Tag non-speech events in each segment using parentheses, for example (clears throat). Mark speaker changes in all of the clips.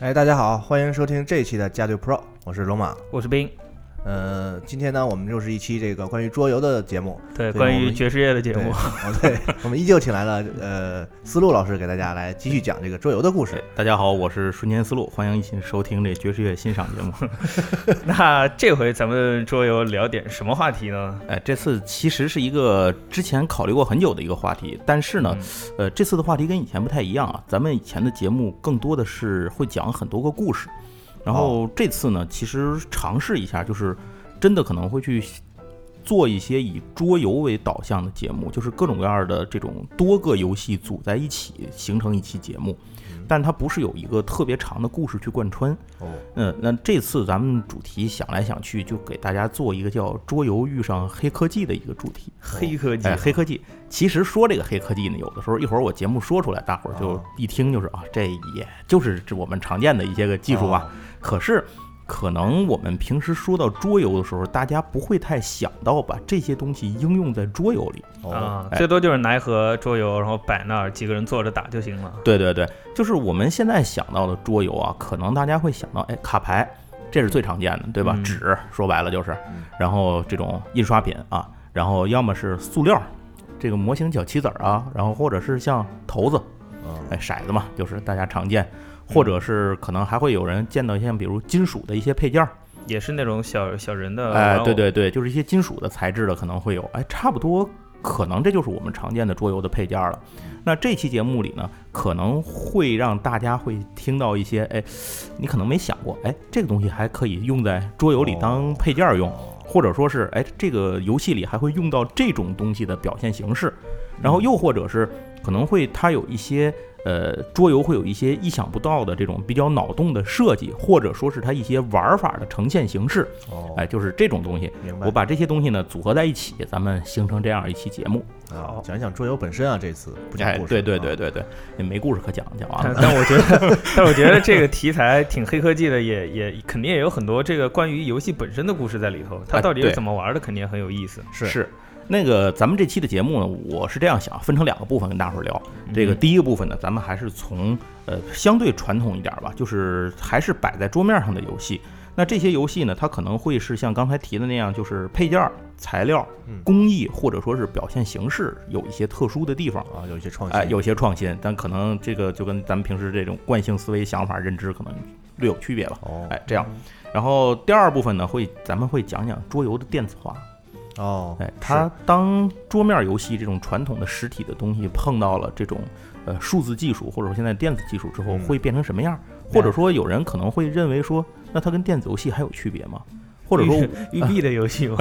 Speaker 1: 哎，大家好，欢迎收听这一期的家队 Pro，我是龙马。
Speaker 2: 我是冰，
Speaker 1: 呃，今天呢，我们又是一期这个关于桌游的节目。
Speaker 2: 对，
Speaker 1: 对
Speaker 2: 关
Speaker 1: 我
Speaker 2: 于
Speaker 1: 们
Speaker 2: 爵士乐的节
Speaker 1: 对
Speaker 2: 目，
Speaker 1: 哦对，我们依旧请来了呃思路老师给大家来继续讲这个桌游的故事。
Speaker 3: 哎大家好，我是瞬间思路，欢迎一起收听这爵士乐欣赏节目。
Speaker 2: (laughs)
Speaker 3: (laughs)
Speaker 2: 那这回咱们桌游聊点什么话题呢？
Speaker 3: 哎，这次其实是一个之前考虑过很久的一个话题，但是
Speaker 2: 嗯
Speaker 3: 呢，呃，这次的话题跟以前不太一样啊。咱们以前的节目更多的是会讲很多个故事，然后这次呢，其实尝试一下，就是真的可能会去做一些以桌游为导向的节目，就是各种各样的这种多个游戏组在一起形成一期节目，但它不是有一个特别长的故事去贯穿。
Speaker 1: 嗯哦，
Speaker 3: 嗯，那这次咱们主题想来想去，就给大家做一个叫“桌游遇上黑科技”的一个主题。
Speaker 2: 黑科技，啊
Speaker 3: 哎，黑科技，其实说这个黑科技呢，有的时候一会儿我节目说出来，大伙儿就
Speaker 1: 哦
Speaker 3: 一听就是啊，这也就是这我们常见的一些个技术
Speaker 1: 哦
Speaker 3: 吧。可是，可能我们平时说到桌游的时候，大家不会太想到把这些东西应用在桌游里。
Speaker 1: 哦。哦，
Speaker 2: 啊，
Speaker 3: 哎
Speaker 2: 最多就是拿一盒桌游，然后摆那儿，几个人坐着打就行了。
Speaker 3: 对对对，就是我们现在想到的桌游啊，可能大家会想到，哎，卡牌，这是最常见的，对吧？
Speaker 2: 嗯
Speaker 3: 纸，说白了就是
Speaker 1: 嗯，
Speaker 3: 然后这种印刷品啊，然后要么是塑料，这个模型小棋子儿啊，然后或者是像骰子，
Speaker 1: 哦
Speaker 3: 哎，骰子嘛，就是大家常见，或者是可能还会有人见到像比如金属的一些配件儿，
Speaker 2: 也是那种小小人的，
Speaker 3: 哎，对，对对，就是一些金属的材质的可能会有，哎，差不多，可能这就是我们常见的桌游的配件了。那这期节目里呢，可能会让大家会听到一些，哎，你可能没想过，哎，这个东西还可以用在桌游里当配件儿用，或者说是，哎，这个游戏里还会用到这种东西的表现形式，然后又或者是可能会它有一些。呃，桌游会有一些意想不到的这种比较脑洞的设计，或者说是它一些玩儿法的呈现形式，
Speaker 1: 哦，
Speaker 3: 哎，，就是这种东西。
Speaker 1: 明白。
Speaker 3: 我把这些东西呢组合在一起，咱们形成这样一期节目。
Speaker 1: 啊，讲一讲桌游本身啊，这次不讲
Speaker 3: 哎
Speaker 1: 故，事。啊
Speaker 3: 对对对，对对，也没故事可讲，讲完 (laughs)
Speaker 2: 但
Speaker 3: 了。
Speaker 2: 但我觉得， (laughs) 但我觉得这个题材挺黑科技的，也也肯定也有很多这个关于游戏本身的故事在里头，它
Speaker 3: 哎
Speaker 2: 到底是
Speaker 3: 对
Speaker 2: 怎么玩的，肯定也很有意思。
Speaker 1: 是
Speaker 3: 是那个，咱们这期的节目呢，我是这样想，分成两个部分跟大伙儿聊。这
Speaker 2: 嗯
Speaker 3: 个第一个部分呢，咱们还是从呃相对传统一点儿吧，就是还是摆在桌面上的游戏。那这些游戏呢，它可能会是像刚才提的那样，就是配件儿、材料
Speaker 1: 嗯、
Speaker 3: 工艺或者说是表现形式有一些特殊的地方。
Speaker 1: 啊，有一些创新。
Speaker 3: 哎，有些创新，但可能这个就跟咱们平时这种惯性思维、想法、认知可能略有区别吧。
Speaker 1: 哦
Speaker 3: 哎，这样，然后第二部分呢，会咱们会讲讲桌游的电子化。
Speaker 1: 哦，
Speaker 3: 哎，它当桌面游戏这种传统的实体的东西碰到了这种呃数字技术或者说现在电子技术之后，
Speaker 1: 嗯
Speaker 3: 会变成什么样？或者说有人可能会认为说，那它跟电子游戏还有区别吗？或
Speaker 2: (laughs)
Speaker 3: 者说，啊
Speaker 2: 育碧的游戏嘛，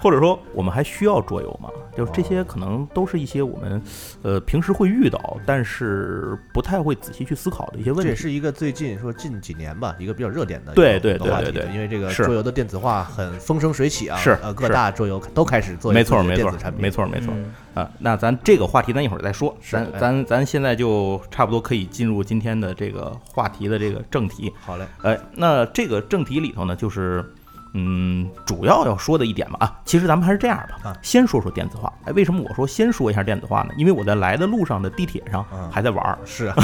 Speaker 3: 或者说我们还需要桌游吗？就是这
Speaker 1: 哦
Speaker 3: 些可能都是一些我们呃平时会遇到，但是不太会仔细去思考的一些问
Speaker 1: 这也
Speaker 3: 题。
Speaker 1: 是一个最近说近几年吧，一个比较热点的一
Speaker 3: 对
Speaker 1: 个
Speaker 3: 对
Speaker 1: 一个
Speaker 3: 对
Speaker 1: 话
Speaker 3: 对
Speaker 1: 题
Speaker 3: 对
Speaker 1: 因为这个
Speaker 3: 是
Speaker 1: 桌游的电子化很风生水起啊，
Speaker 3: 是
Speaker 1: 呃，各
Speaker 3: 是
Speaker 1: 大桌游都开始做
Speaker 3: 没错，
Speaker 1: 自己的
Speaker 3: 没
Speaker 1: 电
Speaker 3: 错
Speaker 1: 子产，品，
Speaker 3: 没错，没错。
Speaker 2: 嗯
Speaker 3: 啊，那咱这个话题咱一会儿再说，
Speaker 1: 是
Speaker 3: 咱
Speaker 1: 哎
Speaker 3: 咱咱现在就差不多可以进入今天的这个话题的这个正题。
Speaker 1: 好嘞，
Speaker 3: 哎，那这个正题里头呢，就是嗯，主要要说的一点吧啊，其实咱们还是这样吧
Speaker 1: 啊，
Speaker 3: 先说说电子化。哎，为什么我说先说一下电子化呢？因为我在来的路上的地铁上
Speaker 1: 嗯
Speaker 3: 还在玩儿，
Speaker 1: 是啊，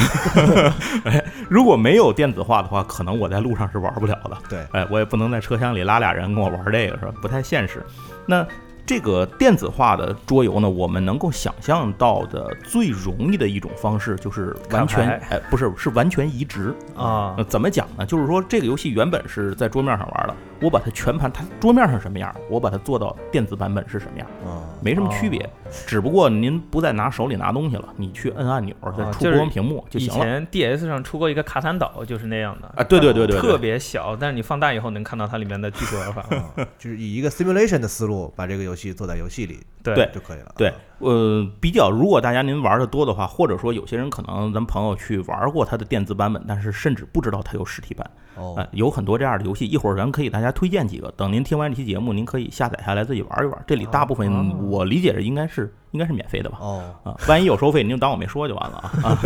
Speaker 3: 如果没有电子化的话，可能我在路上是玩不了的。
Speaker 1: 对，
Speaker 3: 哎，我也不能在车厢里拉俩人跟我玩这个，是吧？不太现实。那这个电子化的桌游呢，我们能够想象到的最容易的一种方式就是完全
Speaker 2: 看，
Speaker 3: 哎，不是，是完全移植。
Speaker 2: 啊
Speaker 3: 呃，怎么讲呢？就是说这个游戏原本是在桌面上玩的，我把它全盘，它桌面上什么样，我把它做到电子版本是什么样，
Speaker 1: 嗯，
Speaker 3: 没什
Speaker 2: 哦
Speaker 3: 么区别，只不过您不再拿手里拿东西了，你去摁按钮，再
Speaker 2: 啊
Speaker 3: 触
Speaker 2: 就是
Speaker 3: 光屏幕就
Speaker 2: 以
Speaker 3: 行了。
Speaker 2: 前 DS 上出过一个卡坦岛，就是那样的
Speaker 3: 啊对对对对对
Speaker 2: 特别小，但是你放大以后能看到它里面的技术玩
Speaker 3: (laughs)
Speaker 2: 法。
Speaker 1: 嗯 (laughs) 就是以一个 simulation 的思路把这个游戏做在游戏里
Speaker 3: 对
Speaker 1: 就可以了。
Speaker 3: 对，呃，比较，如果大家您玩的多的话，或者说有些人可能咱朋友去玩过它的电子版本，但是甚至不知道它有实体版，
Speaker 1: 哦
Speaker 3: 呃，，有很多这样的游戏，一会儿咱可以大家推荐几个，等您听完这期节目，您可以下载下来自己玩一玩。这里大部
Speaker 2: 哦
Speaker 3: 分我理解着应该是应该是免费的吧，
Speaker 1: 哦，
Speaker 3: 啊，万一有收费，您就当我没说就完了啊。啊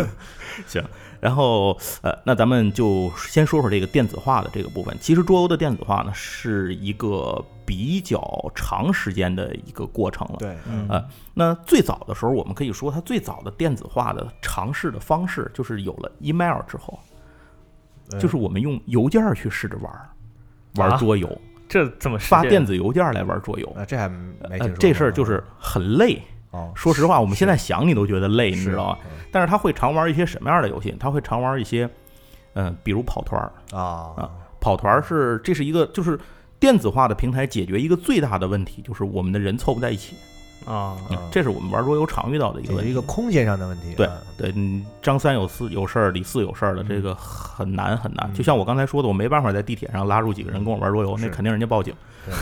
Speaker 3: 行，然后呃，那咱们就先说说这个电子化的这个部分。其实桌游的电子化呢，是一个比较长时间的一个过程了。
Speaker 1: 对，
Speaker 2: 嗯
Speaker 3: 啊那最早的时候，我们可以说它最早的电子化的尝试的方式，就是有了 email 之后，嗯就是我们用邮件儿去试着玩儿，玩
Speaker 2: 啊
Speaker 3: 儿桌游，
Speaker 2: 这怎么实
Speaker 3: 发
Speaker 2: 现
Speaker 3: 电子邮件儿来玩儿桌游。
Speaker 1: 啊，这还没听
Speaker 3: 呃
Speaker 1: 说，
Speaker 3: 这事儿就
Speaker 1: 过啊
Speaker 3: 是很累。
Speaker 1: 哦，
Speaker 3: 说实话，我们现在想你都觉得累，你
Speaker 1: 是
Speaker 3: 知道吗？但是他会常玩一些什么样的游戏？他会常玩一些，嗯、比如跑团儿。
Speaker 1: 啊
Speaker 3: 跑团儿是这是一个就是电子化的平台解决一个最大的问题，就是我们的人凑不在一起。
Speaker 2: 啊？
Speaker 1: 啊
Speaker 3: 嗯这是我们玩桌游常遇到的一
Speaker 1: 解
Speaker 3: 个问
Speaker 1: 决
Speaker 3: 题。
Speaker 1: 一个空间上的问题。
Speaker 3: 对
Speaker 1: 嗯
Speaker 3: 对，嗯张三有四有事儿，李四有事儿的，这个很难很难。
Speaker 1: 嗯
Speaker 3: 就像我刚才说的，我没办法在地铁上拉住几个人跟我玩桌游，那
Speaker 1: 是
Speaker 3: 肯定人家报警。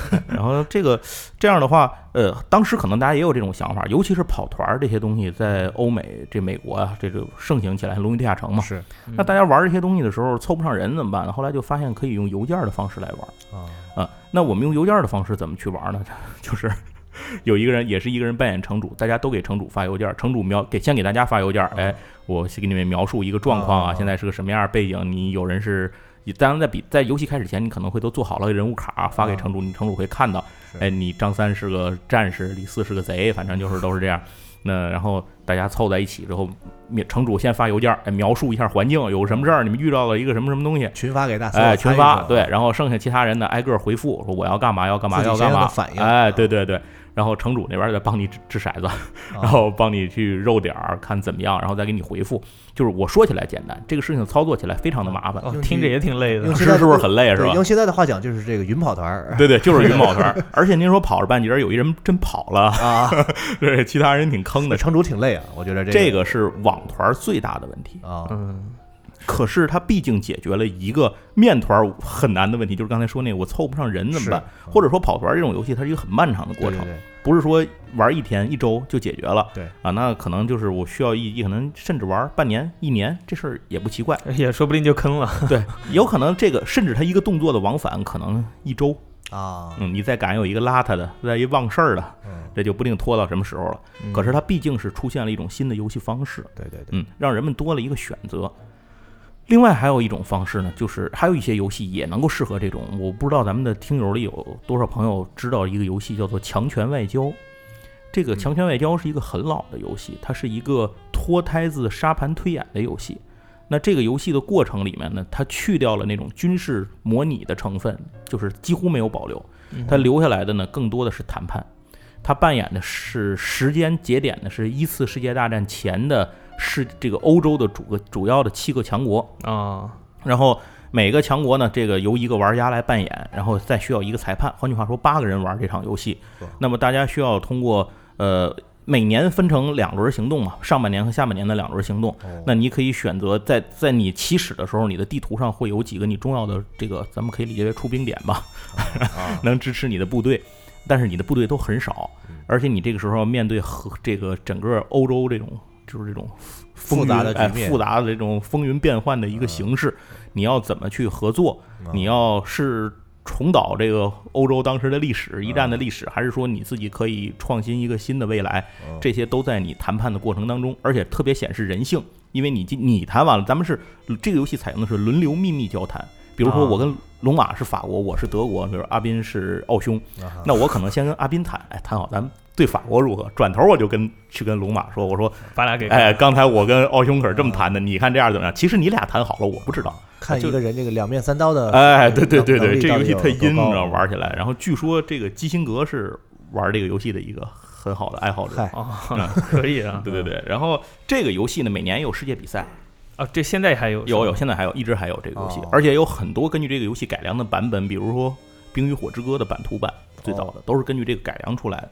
Speaker 3: (laughs) 然后这个这样的话，呃，当时可能大家也有这种想法，尤其是跑团儿这些东西，在欧美这美国啊，这个盛行起来，龙与地下城嘛。
Speaker 1: 是嗯
Speaker 3: 那大家玩这些东西的时候凑不上人怎么办呢？后来就发现可以用邮件的方式来玩
Speaker 1: 啊，
Speaker 3: 啊。那我们用邮件的方式怎么去玩呢？ (laughs) 就是有一个人也是一个人扮演城主，大家都给城主发邮件，城主描给先给大家发邮件，哎，我先给你们描述一个状况啊，
Speaker 1: 啊
Speaker 3: 现在是个什么样的背景，你有人是。你当然，在比在游戏开始前，你可能会都做好了人物卡发给城主，你城主会看到，
Speaker 1: 是
Speaker 3: 哎，你张三是个战士，李四是个贼，反正就是都是这样。那然后大家凑在一起之后，描城主先发邮件，哎，描述一下环境，有什么事儿，你们遇到了一个什么什么东西，
Speaker 1: 群发给大家，
Speaker 3: 哎，群
Speaker 1: 啊
Speaker 3: 发对，然后剩下其他人呢，挨个儿回复说我要干嘛要干嘛
Speaker 1: 自己
Speaker 3: 要
Speaker 1: 先
Speaker 3: 干
Speaker 1: 让
Speaker 3: 嘛，
Speaker 1: 他反应啊
Speaker 3: 哎，对对对，然后城主那边儿再帮你掷掷骰子，然
Speaker 1: 啊
Speaker 3: 后帮你去肉点儿看怎么样，然后再给你回复。就是我说起来简单，这个事情操作起来非常的麻烦，
Speaker 2: 哦
Speaker 1: 用，
Speaker 2: 听着
Speaker 1: 这
Speaker 2: 也挺累的
Speaker 1: 用。
Speaker 3: 是
Speaker 1: 现在
Speaker 3: 是不是
Speaker 1: 的
Speaker 3: 很累是
Speaker 1: 对
Speaker 3: 吧？
Speaker 1: 用现在的话讲，就是这个云跑团儿
Speaker 3: 对对，就是云跑团儿，而且您说跑着半截儿，有一人真跑了，
Speaker 1: 啊，
Speaker 3: 对，其他人挺坑的。
Speaker 1: 城主挺累啊，我觉得这
Speaker 3: 嗯这
Speaker 1: 个
Speaker 3: 个是网团儿最大的问题，
Speaker 1: 啊，
Speaker 2: 嗯，
Speaker 3: 可是它毕竟解决了一个面团儿很难的问题，就是刚才说那个我凑不上人怎么
Speaker 1: 是
Speaker 3: 办？
Speaker 1: 嗯
Speaker 3: 或者说跑团儿这种游戏，它是一个很漫长的过
Speaker 1: 对对
Speaker 3: 程，
Speaker 1: 对，
Speaker 3: 不是说玩一天一周就解决了。
Speaker 1: 对
Speaker 3: 啊，那可能就是我需要一，一可能甚至玩半年、一年，这事儿也不奇怪。
Speaker 2: 也说不定就坑了。
Speaker 3: 对，有可能这个甚至他一个动作的往返可能一周，
Speaker 1: 啊，
Speaker 3: 嗯，你再赶有一个邋遢的，再一忘事儿的，
Speaker 1: 嗯，
Speaker 3: 这就不定拖到什么时候了。可是它毕竟是出现了一种新的游戏方式，
Speaker 1: 对对对，
Speaker 3: 嗯，让人们多了一个选择。另外还有一种方式呢，就是还有一些游戏也能够适合这种。我不知道咱们的听友里有多少朋友知道一个游戏叫做《强权外交》。这个《强权外交》是一个很老的游戏，它是一个脱胎自沙盘推演的游戏。那这个游戏的过程里面呢，它去掉了那种军事模拟的成分，就是几乎没有保留。它
Speaker 1: 嗯
Speaker 3: 留下来的呢，更多的是谈判。他扮演的是时间节点呢，是一次世界大战前的是这个欧洲的主个主要的七个强国，
Speaker 2: 啊，
Speaker 3: 然后每个强国呢，这个由一个玩家来扮演，然后再需要一个裁判。换句话说，八个人玩这场游戏
Speaker 1: 哇，
Speaker 3: 那么大家需要通过呃每年分成两轮行动嘛，上半年和下半年的两轮行动。
Speaker 1: 哦
Speaker 3: 那你可以选择在在你起始的时候，你的地图上会有几个你重要的这个，咱们可以理解为出兵点吧，
Speaker 1: 啊，
Speaker 3: 能支持你的部队，但是你的部队都很少
Speaker 1: 嗯，
Speaker 3: 而且你这个时候面对和这个整个欧洲这种就是这种风
Speaker 1: 复杂
Speaker 3: 云
Speaker 1: 的
Speaker 3: 哎
Speaker 1: 局面
Speaker 3: 复杂的这种风云变幻的一个形势，你要怎么去合作？
Speaker 1: 嗯
Speaker 3: (laughs) 你要是重蹈这个欧洲当时的历
Speaker 1: 嗯
Speaker 3: 史，一战的历史，还是说你自己可以创新一个新的未来？
Speaker 1: 嗯
Speaker 3: 这些都在你谈判的过程当中，而且特别显示人性，因为你今你谈完了，咱们是这个游戏采用的是轮流秘密交谈，比如说
Speaker 2: 啊
Speaker 3: 我跟龙马是法国，我是德国，比如阿斌是奥匈，
Speaker 1: 啊哈
Speaker 3: 那我可能先跟阿斌谈，哎，谈好咱们对法国如何，转头我就跟去跟龙马说，我说，
Speaker 2: 把俩给
Speaker 3: 哎，刚才我跟奥匈可是这么谈的，你看这样怎么样？其实你俩谈好了，我不知道。
Speaker 1: 看
Speaker 3: 就
Speaker 1: 一个人这个两面三刀的，
Speaker 3: (laughs) 哎，对对对
Speaker 1: 能
Speaker 3: 对，
Speaker 1: 力
Speaker 3: 这
Speaker 1: 到
Speaker 3: 游
Speaker 1: 底
Speaker 3: 戏
Speaker 1: 有
Speaker 3: 特阴，
Speaker 1: 多
Speaker 3: 你
Speaker 1: 高
Speaker 3: 知道玩起来。然后据说这个基辛格是玩这个游戏的一个很好的爱好者。
Speaker 1: 嗨
Speaker 2: 哦， (laughs) 可以啊
Speaker 3: 嗯对对对，然后这个游戏呢，每年有世界比赛，
Speaker 2: 啊，这现在还有
Speaker 3: 有有，现在还有，一直还有这个游戏
Speaker 1: 哦，
Speaker 3: 而且有很多根据这个游戏改良的版本，比如说《冰与火之歌》的版图版，最早
Speaker 1: 哦
Speaker 3: 的都是根据这个改良出来的。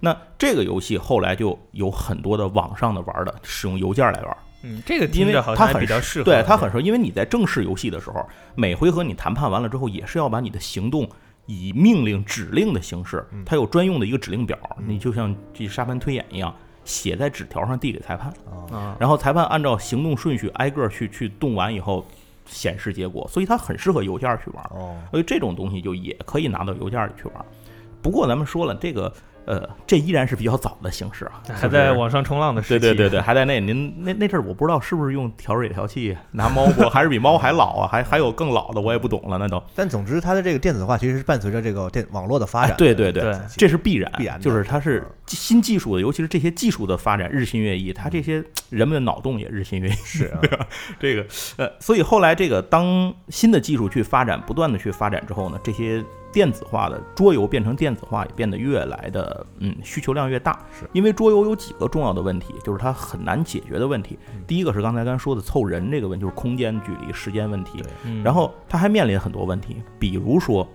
Speaker 3: 那这个游戏后来就有很多的网上的玩的，使用邮件来玩，
Speaker 2: 嗯，这个
Speaker 3: 因
Speaker 2: 听
Speaker 3: 为
Speaker 2: 着好
Speaker 3: 它
Speaker 2: 像还
Speaker 3: 很
Speaker 2: 比较
Speaker 3: 适
Speaker 2: 适合，
Speaker 1: 啊
Speaker 3: 对它很适合，因为你在正式游戏的时候，每回合你谈判完了之后，也是要把你的行动以命令、指令的形式
Speaker 1: 嗯，
Speaker 3: 它有专用的一个指令表，
Speaker 1: 嗯
Speaker 3: 你就像这沙盘推演一样，写在纸条上递给裁判。
Speaker 1: 哦
Speaker 2: 啊，
Speaker 3: 然后裁判按照行动顺序挨个儿去去动完以后显示结果，所以它很适合邮件儿去玩儿。
Speaker 1: 哦，
Speaker 3: 所以这种东西就也可以拿到邮件儿里去玩儿。不过咱们说了，这个呃，这依然是比较早的形式啊，
Speaker 2: 还在
Speaker 3: 我。
Speaker 2: 网上冲浪的时
Speaker 3: 对
Speaker 2: 期，
Speaker 3: 对对对，还在那您那那阵儿，我不知道是不是用调制解调器拿猫过，还是比猫还老啊，还还有更老的，我也不懂了，那都。
Speaker 1: 但总之，它的这个电子化其实是伴随着这个电网络的发展
Speaker 3: 哎
Speaker 1: 的。
Speaker 3: 对对对
Speaker 2: 对
Speaker 3: 这是必然，
Speaker 1: 必然的
Speaker 3: 就是它是新技术的，尤其是这些技术的发展日新月异，它这些人们的脑洞也日新月异。
Speaker 1: 是啊，
Speaker 3: 这个呃，所以后来这个当新的技术去发展，不断的去发展之后呢，这些电子化的桌游变成电子化，也变得越来的嗯需求量越大。
Speaker 1: 是
Speaker 3: 因为桌游有几个重要的问题，就是它很难解决的问题。
Speaker 1: 嗯
Speaker 3: 第一个是刚才刚说的凑人这个问题，就是空间、距离、时间问题
Speaker 1: 对。
Speaker 2: 嗯，
Speaker 3: 然后它还面临很多问题，比如说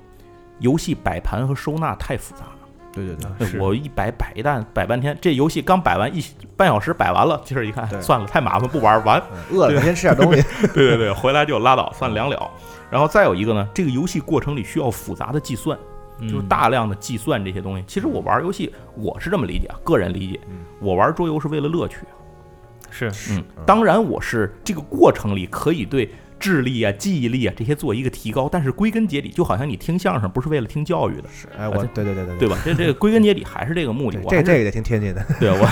Speaker 3: 游戏摆盘和收纳太复杂了。
Speaker 1: 对对对，
Speaker 2: 是
Speaker 3: 我一摆摆一蛋摆半天，这游戏刚摆完一半小时摆完了，接着一看
Speaker 1: 对
Speaker 3: 算了，太麻烦，不玩儿完
Speaker 1: 嗯饿了先吃点东西。
Speaker 3: 对对对，回来就拉倒，算两了。然后再有一个呢，这个游戏过程里需要复杂的计算，
Speaker 2: 嗯
Speaker 3: 就是大量的计算这些东西。其实我玩游戏，我是这么理解，啊个人理解
Speaker 1: 嗯，
Speaker 3: 我玩桌游是为了乐趣。
Speaker 2: 是
Speaker 3: 嗯，当然我是这个过程里可以对智力啊、记忆力啊这些做一个提高，但是归根结底，就好像你听相声不是为了听教育的，
Speaker 1: 是，哎，我对对对对
Speaker 3: 对吧？这这个归根结底还是这个目的
Speaker 1: 对，。
Speaker 3: 我
Speaker 1: 这
Speaker 3: 还是
Speaker 1: 这个也挺贴近的。 (laughs)
Speaker 3: (laughs) 对我，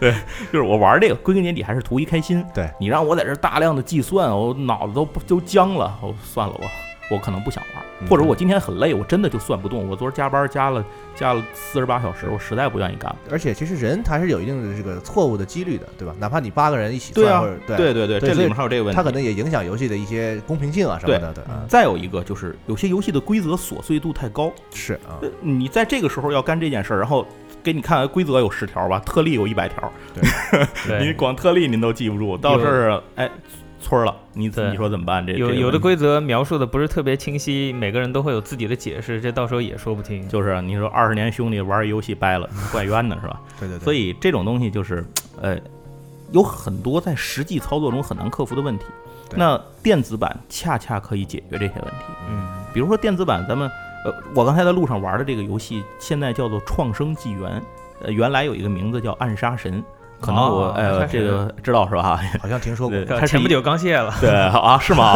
Speaker 3: 对，就是我玩这个，归根结底还是图一开心。
Speaker 1: 对
Speaker 3: 你让我在这儿大量的计算，我脑子都不都僵了，我算了，我我可能不想玩，
Speaker 1: 嗯
Speaker 3: 或者我今天很累，我真的就算不动。我昨儿加班加了加了四十八小时，我实在不愿意干了。
Speaker 1: 而且其实人还是有一定的这个错误的几率的，对吧？哪怕你八个人一起
Speaker 3: 对
Speaker 1: 算，
Speaker 3: 啊
Speaker 1: 或者
Speaker 3: 对对
Speaker 1: 对
Speaker 3: 对，这里
Speaker 1: 所以
Speaker 3: 面还有这个问题。
Speaker 1: 它可能也影响游戏的一些公平性啊什么的，对啊，
Speaker 3: 再有一个就是有些游戏的规则琐碎度太高，
Speaker 1: 是啊
Speaker 3: 呃，你在这个时候要干这件事儿，然后给你看规则有十条吧，特例有一百条，你
Speaker 2: 对，
Speaker 3: 光特例您都记不住，到这儿哎村儿了，你
Speaker 2: 对
Speaker 3: 你说怎么办？这
Speaker 2: 有
Speaker 3: 这个嗯
Speaker 2: 有的
Speaker 3: 问题
Speaker 2: 规则描述的不是特别清晰，每个人都会有自己的解释，这到时候也说不清。
Speaker 3: 就是你说二十年兄弟玩一游戏掰
Speaker 2: (laughs)
Speaker 3: 了，怪冤的是吧？
Speaker 1: 对对对，
Speaker 3: 所以这种东西就是呃有很多在实际操作中很难克服的问题。
Speaker 1: 对
Speaker 3: 那电子版恰恰可以解决这些问题，
Speaker 2: 嗯，
Speaker 3: 比如说电子版咱们呃我刚才在路上玩的这个游戏，现在叫做《创生纪元》，呃原来有一个名字叫《暗杀神》。可能我、
Speaker 2: 哦
Speaker 3: 呃
Speaker 2: 暗杀神
Speaker 3: 这个知道是吧？
Speaker 1: 好像听说过
Speaker 3: 对，它是
Speaker 2: 前不
Speaker 3: 一
Speaker 2: 久刚卸了，
Speaker 3: (laughs) 对啊，
Speaker 1: (laughs)
Speaker 3: 是吗？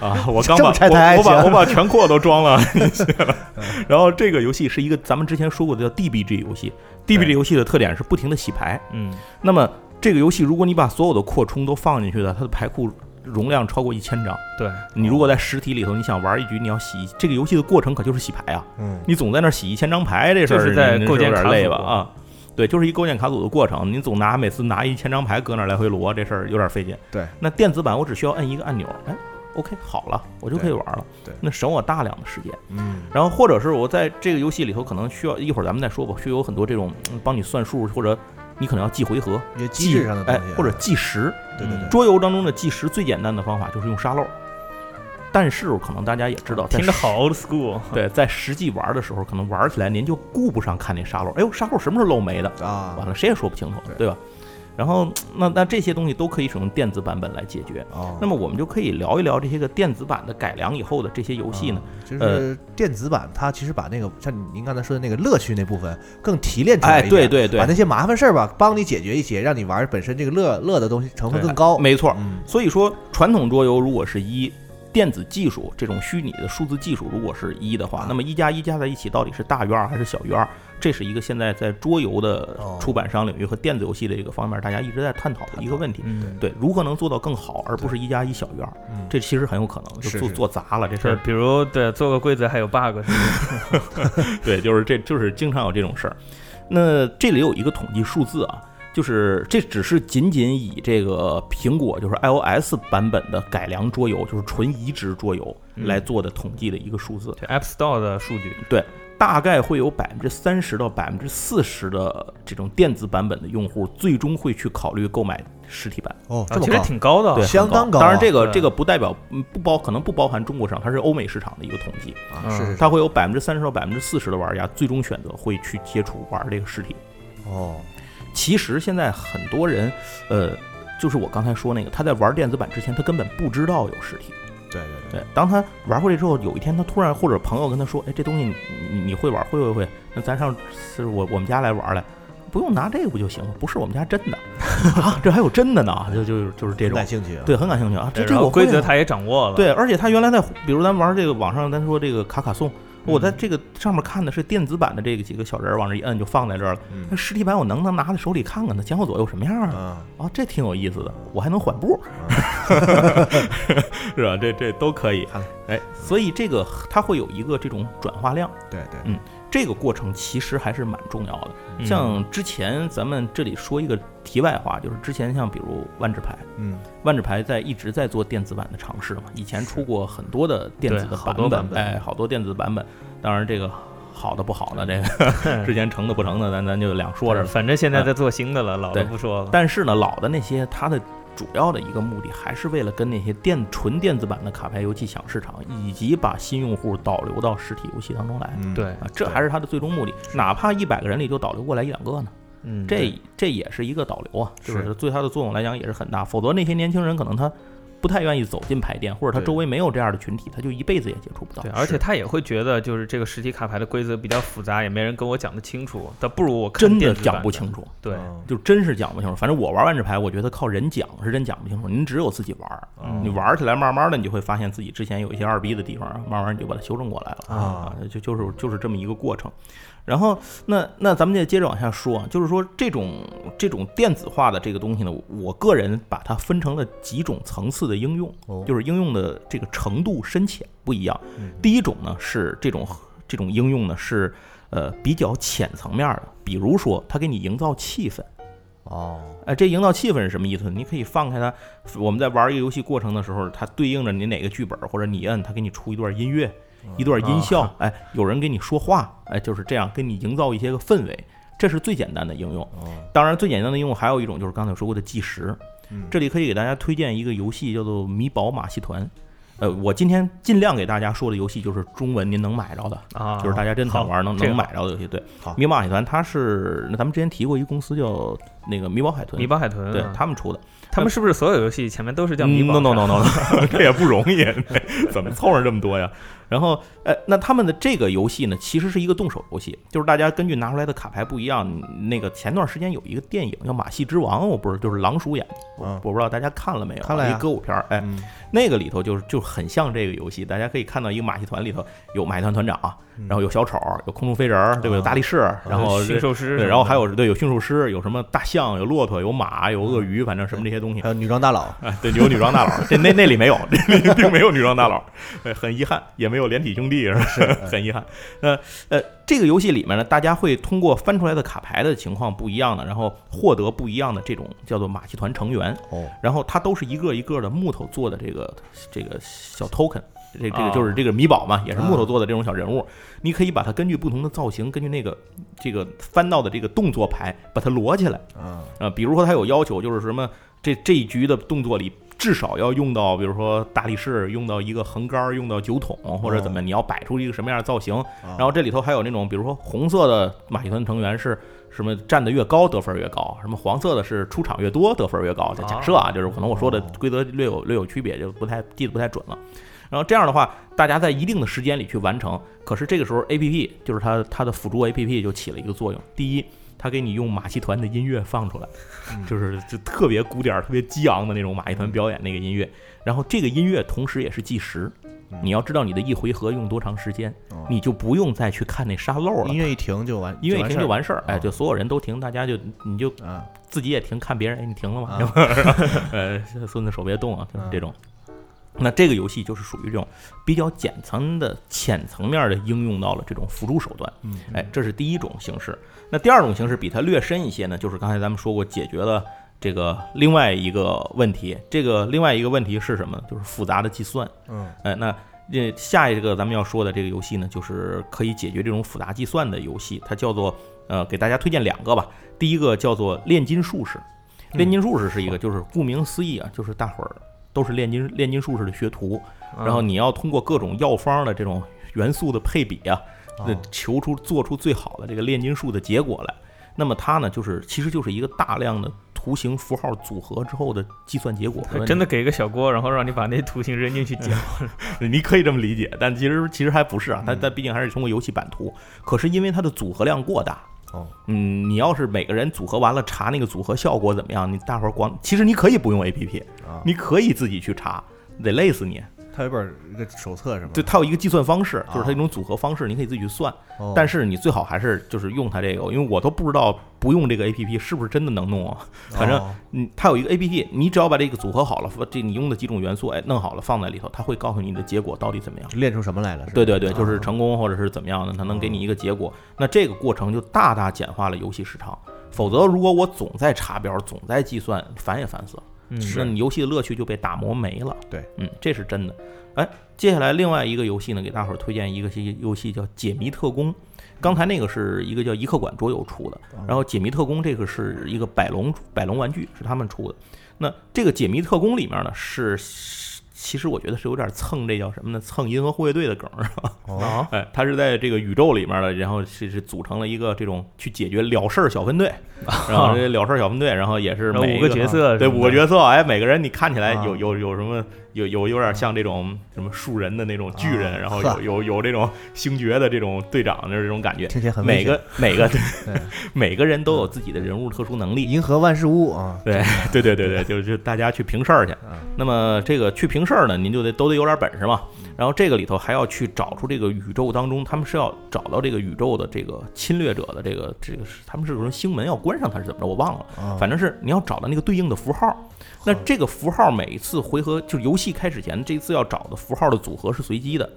Speaker 3: 啊，我刚
Speaker 1: 这
Speaker 3: 把
Speaker 1: 么拆台还
Speaker 3: 我我把
Speaker 1: 行
Speaker 3: 我把全扩都
Speaker 1: (laughs)
Speaker 3: 装了， (laughs) 然后这个游戏是一个咱们之前说过的叫 DBG 游戏，DBG
Speaker 2: 对
Speaker 3: 游戏的特点是不停的洗牌。
Speaker 2: 嗯，
Speaker 3: 那么这个游戏如果你把所有的扩充都放进去的，它的牌库容量超过一千张。
Speaker 2: 对，
Speaker 3: 你如果在实体里头，你想玩一局，你要洗这个游戏的过程可就是洗牌啊，
Speaker 1: 嗯，
Speaker 3: 你总在那儿洗一千张牌，这事儿
Speaker 2: 就是在
Speaker 3: 您
Speaker 2: 构建
Speaker 3: 有点
Speaker 2: 卡
Speaker 3: 累
Speaker 2: 组
Speaker 3: 吧啊。对，就是一构建卡组的过程，你总拿每次拿一千张牌搁那儿来回摞，这事儿有点费劲。
Speaker 1: 对，
Speaker 3: 那电子版我只需要摁一个按钮，哎，OK，好了，我就可以玩了。
Speaker 1: 对对
Speaker 3: 那省我大量的时间。
Speaker 1: 嗯，
Speaker 3: 然后或者是我在这个游戏里头可能需要一会儿咱们再说吧，需要有很多这种嗯帮你算数或者你可能要记回合、
Speaker 1: 一些机
Speaker 3: 记
Speaker 1: 制上的东
Speaker 3: 哎
Speaker 1: 西啊，
Speaker 3: 或者计时。
Speaker 1: 对对对，
Speaker 3: 桌游当中的计时最简单的方法就是用沙漏，但是可能大家也知道，在
Speaker 2: 听着好 old school，
Speaker 3: 对，在实际玩的时候，可能玩起来您就顾不上看那沙漏。哎呦，沙漏什么时候漏没的？嗯完
Speaker 1: 啊，
Speaker 3: 了，谁也说不清楚，
Speaker 1: 对
Speaker 3: 对吧？然后，那那这些东西都可以使用电子版本来解决。
Speaker 1: 哦，
Speaker 3: 那么，我们就可以聊一聊这些个电子版的改良以后的这些游戏呢？呃
Speaker 1: 啊，就是电子版，它其实把那个像你您刚才说的那个乐趣那部分更提炼出来
Speaker 3: 哎，
Speaker 1: 嗯一点，
Speaker 3: 对对对
Speaker 1: 把，那些麻烦事儿吧，帮你解决一些，让你玩本身这个乐乐的东西成分
Speaker 3: 对
Speaker 1: 更高，
Speaker 3: 没错。
Speaker 1: 嗯，
Speaker 3: 所以说，传统桌游如果是一，电子技术这种虚拟的数字技术如果是一的话
Speaker 1: 啊，
Speaker 3: 那么一加一加在一起到底是大于二还是小于二？这是一个现在在桌游的
Speaker 1: 哦
Speaker 3: 出版商领域和电子游戏的一个方面，大家一直在探讨的一个问题。
Speaker 2: 嗯，
Speaker 3: 对，如何能做到更好，而不是一加一小于二？
Speaker 1: 嗯
Speaker 3: 这其实很有可能就是做
Speaker 1: 是
Speaker 3: 做砸了这事
Speaker 2: 对，
Speaker 3: 儿。
Speaker 2: 比如对做个规则还有 bug 是吧？
Speaker 3: 对，就是这就是经常有这种事儿。那这里有一个统计数字啊，就是这只是仅仅以这个苹果就是 iOS 版本的改良桌游，就是纯移植桌游
Speaker 2: 嗯
Speaker 3: 来做的统计的一个数字。
Speaker 1: 嗯
Speaker 2: 这 App Store 的数据，
Speaker 3: 大概会有百分之三十到百分之四十的这种电子版本的用户，最终会去考虑购买实体版。
Speaker 1: 哦，
Speaker 2: 啊
Speaker 1: 这么
Speaker 2: 其实
Speaker 1: 高，
Speaker 2: 挺高的啊，
Speaker 3: 对，很
Speaker 1: 相当高啊
Speaker 3: 当然，这个
Speaker 2: 对
Speaker 3: 这个不代表嗯不包，可能不包含中国市场，它是欧美市场的一个统计。
Speaker 1: 啊
Speaker 2: 嗯
Speaker 1: 是是是
Speaker 3: 它会有百分之三十到百分之四十的玩家最终选择会去接触玩这个实体。
Speaker 1: 哦，
Speaker 3: 其实现在很多人，呃，就是我刚才说那个，他在玩电子版之前，他根本不知道有实体。
Speaker 1: 对对对，
Speaker 3: 对，当他玩过来之后，有一天他突然或者朋友跟他说：“哎，这东西你你你会玩？会会会，那咱上是我我们家来玩来，不用拿这个不就行了？不是我们家真的 (laughs) 啊，这还有真的呢，就就就是这
Speaker 1: 挺
Speaker 3: 种
Speaker 1: 感，兴趣啊，
Speaker 3: 对，很感兴趣啊，这
Speaker 2: 对哎然
Speaker 3: 这个
Speaker 2: 后
Speaker 3: 我会
Speaker 2: 规则
Speaker 3: 啊
Speaker 2: 他也掌握了，
Speaker 3: 对，而且他原来在比如咱玩这个网上，咱说这个卡卡颂。我在
Speaker 2: 嗯
Speaker 3: 这个上面看的是电子版的这个几个小人儿，往这一摁就放在这儿了。
Speaker 1: 嗯
Speaker 3: 那实体版我能不能拿在手里看看它前后左右什么样啊？
Speaker 1: 啊，
Speaker 3: 哦，这挺有意思的，我还能缓步， (laughs) 是吧？这这都可以
Speaker 1: 看。
Speaker 3: 哎，所以这个它会有一个这种转化量，
Speaker 1: 对对，
Speaker 3: 这个过程其实还是蛮重要的。
Speaker 2: 嗯
Speaker 3: 像之前咱们这里说一个题外话，就是之前像比如万智牌，
Speaker 1: 嗯，
Speaker 3: 万智牌在一直在做电子版的尝试嘛，以前出过很多的电子
Speaker 2: 对
Speaker 3: 的版
Speaker 2: 好
Speaker 3: 本，
Speaker 2: 多
Speaker 1: 版本
Speaker 3: 哎，好多电子版本。当然这个好的不好的，这 (laughs) 个之前成的不成的，咱咱就两说着了。
Speaker 2: 反正现在在做新的了，老
Speaker 3: 嗯对
Speaker 2: 的不说了。
Speaker 3: 但是呢，老的那些它的主要的一个目的还是为了跟那些电纯电子版的卡牌游戏抢市场，以及把新用户导流到实体游戏当中来。
Speaker 1: 嗯，
Speaker 2: 对，
Speaker 3: 啊，这还是它的最终目的，哪怕一百个人里就导流过来一两个呢，
Speaker 2: 嗯，对
Speaker 3: 这这也是一个导流啊，是不
Speaker 1: 是
Speaker 3: 是？对它的作用来讲也是很大，否则那些年轻人可能他不太愿意走进牌店，或者他
Speaker 1: 对
Speaker 3: 周围没有这样的群体，他就一辈子也接触不到
Speaker 2: 对，。而啊且他也会觉得就是这个实体卡牌的规则比较复杂，也没人跟我讲得清楚，倒不如我看
Speaker 3: 真的
Speaker 2: 电子版
Speaker 3: 讲不清楚，
Speaker 2: 对，
Speaker 1: 嗯
Speaker 3: 就真是讲不清楚。反正我玩万智牌，我觉得靠人讲是真讲不清楚，您只有自己玩儿。
Speaker 2: 嗯
Speaker 3: 你玩起来，慢慢的你就会发现自己之前有一些二逼的地方，慢慢你就把它修正过来了
Speaker 1: 啊，
Speaker 3: 就就是就是这么一个过程。然后，那那咱们再接着往下说，啊，就是说这种这种电子化的这个东西呢，我个人把它分成了几种层次的应用，
Speaker 1: 哦
Speaker 3: 就是应用的这个程度深浅不一样。
Speaker 1: 嗯
Speaker 3: 第一种呢是这种这种应用呢是呃比较浅层面的，比如说它给你营造气氛。
Speaker 1: 哦，
Speaker 3: 哎，这营造气氛是什么意思？你可以放开它。我们在玩一个游戏过程的时候，它对应着你哪个剧本，或者你摁它给你出一段音乐、一段音
Speaker 2: 嗯
Speaker 3: 效，
Speaker 2: 啊
Speaker 3: 哎，有人给你说话，哎，就是这样，给你营造一些个氛围。这是最简单的应用。
Speaker 1: 哦，
Speaker 3: 当然，最简单的应用还有一种就是刚才说过的计时。
Speaker 1: 嗯
Speaker 3: 这里可以给大家推荐一个游戏，叫做《米宝马戏团》。呃，我今天尽量给大家说的游戏就是中文您能买着的，
Speaker 2: 啊，
Speaker 3: 就是大家真想玩能
Speaker 2: 这个
Speaker 3: 能买着的游戏。对，
Speaker 1: 好
Speaker 3: 米宝马戏团它是那咱们之前提过一个公司叫那个米宝海豚
Speaker 2: 米，宝海
Speaker 1: 嗯
Speaker 2: 豚，啊
Speaker 3: 对他嗯们出的， (laughs)
Speaker 2: 他们是不是所有游戏前面都是叫米宝
Speaker 3: no no no no
Speaker 2: (laughs)
Speaker 3: no，这也不容易， (laughs) 怎么凑上这么多呀？然后，呃，那他们的这个游戏呢，其实是一个动手游戏，就是大家根据拿出来的卡牌不一样。那个前段时间有一个电影叫《马戏之王》，我不是就是狼叔演的，
Speaker 1: 嗯
Speaker 3: 我不知道大家看了没有？
Speaker 1: 看了呀
Speaker 3: 一歌舞片儿，哎，
Speaker 1: 嗯
Speaker 3: 那个里头就是就很像这个游戏，大家可以看到一个马戏团里头有马戏团团长，然
Speaker 1: 嗯
Speaker 3: 后有小丑，有空中飞人儿，对
Speaker 1: 啊
Speaker 3: 吧？有大力士，然后
Speaker 2: 驯兽师什么
Speaker 3: 对，
Speaker 2: 的，
Speaker 3: 然后还有对有驯兽师，有什么大象，有骆驼，有马，有
Speaker 1: 嗯
Speaker 3: 鳄鱼，反正什么这些东西
Speaker 1: 还。有女装大佬，
Speaker 3: 哎， (laughs) 对，有女装大佬，这那那里没有， (laughs) 这里并没有女装大佬，对，很遗憾，也没有连体兄弟，是吧
Speaker 1: 是哎
Speaker 3: (laughs) 很遗憾。呃呃，这个游戏里面呢，大家会通过翻出来的卡牌的情况不一样的，然后获得不一样的这种叫做马戏团成员，
Speaker 1: 哦，
Speaker 3: 然后它都是一个一个的木头做的这个这个小 token。这这个
Speaker 2: 啊
Speaker 3: 就是这个米宝嘛，也是
Speaker 1: 啊
Speaker 3: 木头做的这种小人物，你可以把它根据不同的造型，根据那个这个翻到的这个动作牌，把它摞起来。
Speaker 1: 嗯，
Speaker 3: 啊，比如说他有要求，就是什么这这一局的动作里至少要用到，比如说大力士，用到一个横杆儿，用到酒桶或者怎么，你要摆出一个什么样的造型。
Speaker 1: 嗯啊
Speaker 3: 然后这里头还有那种，比如说红色的马戏团成员是什么站得越高得分越高，什么黄色的是出场越多得分越高。这假设啊，就是可能我说的规则略有略有区别，就不太记得不太准了。然后这样的话，大家在一定的时间里去完成。可是这个时候，A P P 就是它它的辅助 A P P 就起了一个作用。第一，它给你用马戏团的音乐放出来，就是就特别鼓点儿、特别激昂的那种马戏团表演那个音乐。然后这个音乐同时也是计时
Speaker 1: 嗯，
Speaker 3: 你要知道你的一回合用多长时间，
Speaker 1: 哦
Speaker 3: 你就不用再去看那沙漏了
Speaker 1: 音。乐一停就完，
Speaker 3: 音乐一停就完事儿，哎，
Speaker 1: 哦
Speaker 3: 就所有人都停，大家就你就
Speaker 1: 事儿啊，
Speaker 3: 自己也停，看别人，哎，你停了吗？
Speaker 1: 啊
Speaker 3: (laughs) 呃，孙子手别动啊，就是
Speaker 1: 嗯
Speaker 3: 这种。那这个游戏就是属于这种比较简层的浅层面的应用到了这种辅助手段，
Speaker 1: 嗯，
Speaker 3: 哎，这是第一种形式。那第二种形式比它略深一些呢，就是刚才咱们说过，解决了这个另外一个问题。这个另外一个问题是什么？就是复杂的计算。
Speaker 1: 嗯
Speaker 3: 哎，那呃，下一个咱们要说的这个游戏呢，就是可以解决这种复杂计算的游戏，它叫做呃，给大家推荐两个吧。第一个叫做炼金术士，
Speaker 2: 嗯
Speaker 3: 炼金术士是一个，就是顾名思义啊，就是大伙儿都是炼金炼金术士的学徒，
Speaker 2: 啊
Speaker 3: 然后你要通过各种药方的这种元素的配比啊，呃
Speaker 1: 哦
Speaker 3: 求出做出最好的这个炼金术的结果来。那么它呢，就是其实就是一个大量的图形符号组合之后的计算结果。
Speaker 2: 真的给个小锅，然后让你把那图形扔进去搅。
Speaker 3: 你可以这么理解，但其实其实还不是啊，
Speaker 1: 嗯
Speaker 3: 它它毕竟还是通过游戏版图。可是因为它的组合量过大，
Speaker 1: 哦，
Speaker 3: 嗯，你要是每个人组合完了查那个组合效果怎么样，你大伙儿光其实你可以不用 A P P，
Speaker 1: 啊，嗯
Speaker 3: 你可以自己去查，得累死你。
Speaker 1: 它有一本一个手册是吗？
Speaker 3: 对，它有一个计算方式，就是它
Speaker 1: 啊
Speaker 3: 一种组合方式，你可以自己去算。
Speaker 1: 哦，
Speaker 3: 但是你最好还是就是用它这个，因为我都不知道不用这个 A P P 是不是真的能弄啊。反正
Speaker 1: 哦
Speaker 3: 嗯，它有一个 A P P，你只要把这个组合好了，这你用的几种元素，哎，弄好了放在里头，它会告诉你的结果到底怎么样。
Speaker 1: 练出什么来了？是吧啊
Speaker 3: 对对对，就是成功或者是怎么样的，它能给你一个结果。那这个过程就大大简化了游戏时长。否则，如果我总在查标，总在计算，烦也烦死了。
Speaker 2: 嗯，
Speaker 3: 那你游戏的乐趣就被打磨没了。
Speaker 1: 对，
Speaker 3: 嗯，这是真的。哎，接下来另外一个游戏呢，给大伙儿推荐一个新游戏叫《解谜特工》。刚才那个是一个叫一客馆桌游出的，
Speaker 1: 啊
Speaker 3: 然后《解谜特工》这个是一个百龙百龙玩具是他们出的。那这个《解谜特工》里面呢是。是其实我觉得是有点蹭这叫什么呢？蹭银河护卫队的梗儿，
Speaker 1: 哦
Speaker 3: 哎，它是在这个宇宙里面的，然后是是组成了一个这种去解决了事儿小分队，然后这了事儿小分队，然后也是
Speaker 2: 然后
Speaker 3: 每
Speaker 2: 五
Speaker 3: 一
Speaker 2: 个角色，
Speaker 3: 对五个角色，哎，每个人你看起来
Speaker 1: 啊
Speaker 3: 有有有什么有有有点像这种什么树人的那种巨人，
Speaker 1: 啊
Speaker 3: 然后
Speaker 1: 呵
Speaker 3: 有有有这种星爵的这种队长的这种感觉，
Speaker 1: 听起来很危
Speaker 3: 每
Speaker 1: 险
Speaker 3: 个每个
Speaker 1: 对
Speaker 3: 每个人都有自己的人物特殊能力，
Speaker 1: 银河万事屋啊，
Speaker 3: 对 (laughs) 对对对对，就是就大家去评事儿去
Speaker 1: 嗯。
Speaker 3: 那么这个去评事儿呢，您就得都得有点本事嘛。然后这个里头还要去找出这个宇宙当中，他们是要找到这个宇宙的这个侵略者的这个这个是，他们是有人星门要关上它是怎么着，我忘了。
Speaker 1: 啊
Speaker 3: 反正是你要找到那个对应的符号。那这个符号每一次回合，就是游戏开始前，这一次要找的符号的组合是随机的。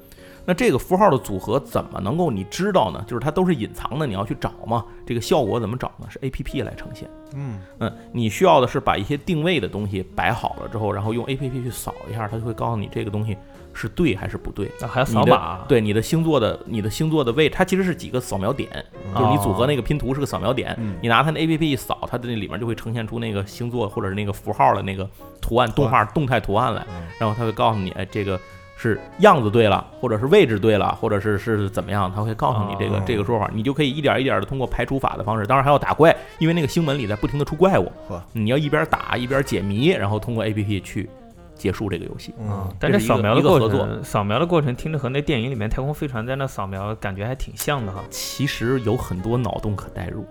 Speaker 3: 那这个符号的组合怎么能够你知道呢？就是它都是隐藏的，你要去找嘛。这个效果怎么找呢？是 A P P 来呈现。
Speaker 1: 嗯
Speaker 3: 嗯，你需要的是把一些定位的东西摆好了之后，然后用 A P P 去扫一下，它就会告诉你这个东西是对还是不对。
Speaker 2: 啊还要扫码，
Speaker 3: 对你的星座的你的星座的位，它其实是几个扫描点，就是你组合那个拼图是个扫描点，
Speaker 1: 哦嗯
Speaker 3: 你拿它的 A P P 一扫，它的那里面就会呈现出那个星座或者是那个符号的那个图案动画动态图案来，
Speaker 1: 嗯
Speaker 3: 然后它会告诉你，哎，这个是样子对了，或者是位置对了，或者是是怎么样，它会告诉你这个、
Speaker 1: 哦
Speaker 3: 这个说法，你就可以一点一点的通过排除法的方式，当然还要打怪，因为那个星门里在不停的出怪物
Speaker 1: 呵，
Speaker 3: 你要一边打一边解谜，然后通过 A P P 去结束这个游戏。
Speaker 1: 嗯，
Speaker 2: 但
Speaker 3: 这
Speaker 2: 这
Speaker 3: 是一
Speaker 2: 扫
Speaker 3: 个
Speaker 2: 描
Speaker 3: 一
Speaker 2: 的
Speaker 3: 个
Speaker 2: 过
Speaker 3: 合作
Speaker 2: 程，扫描的过程听着和那电影里面太空飞船在那扫描，感觉还挺像的哈。
Speaker 3: 其实有很多脑洞可代入，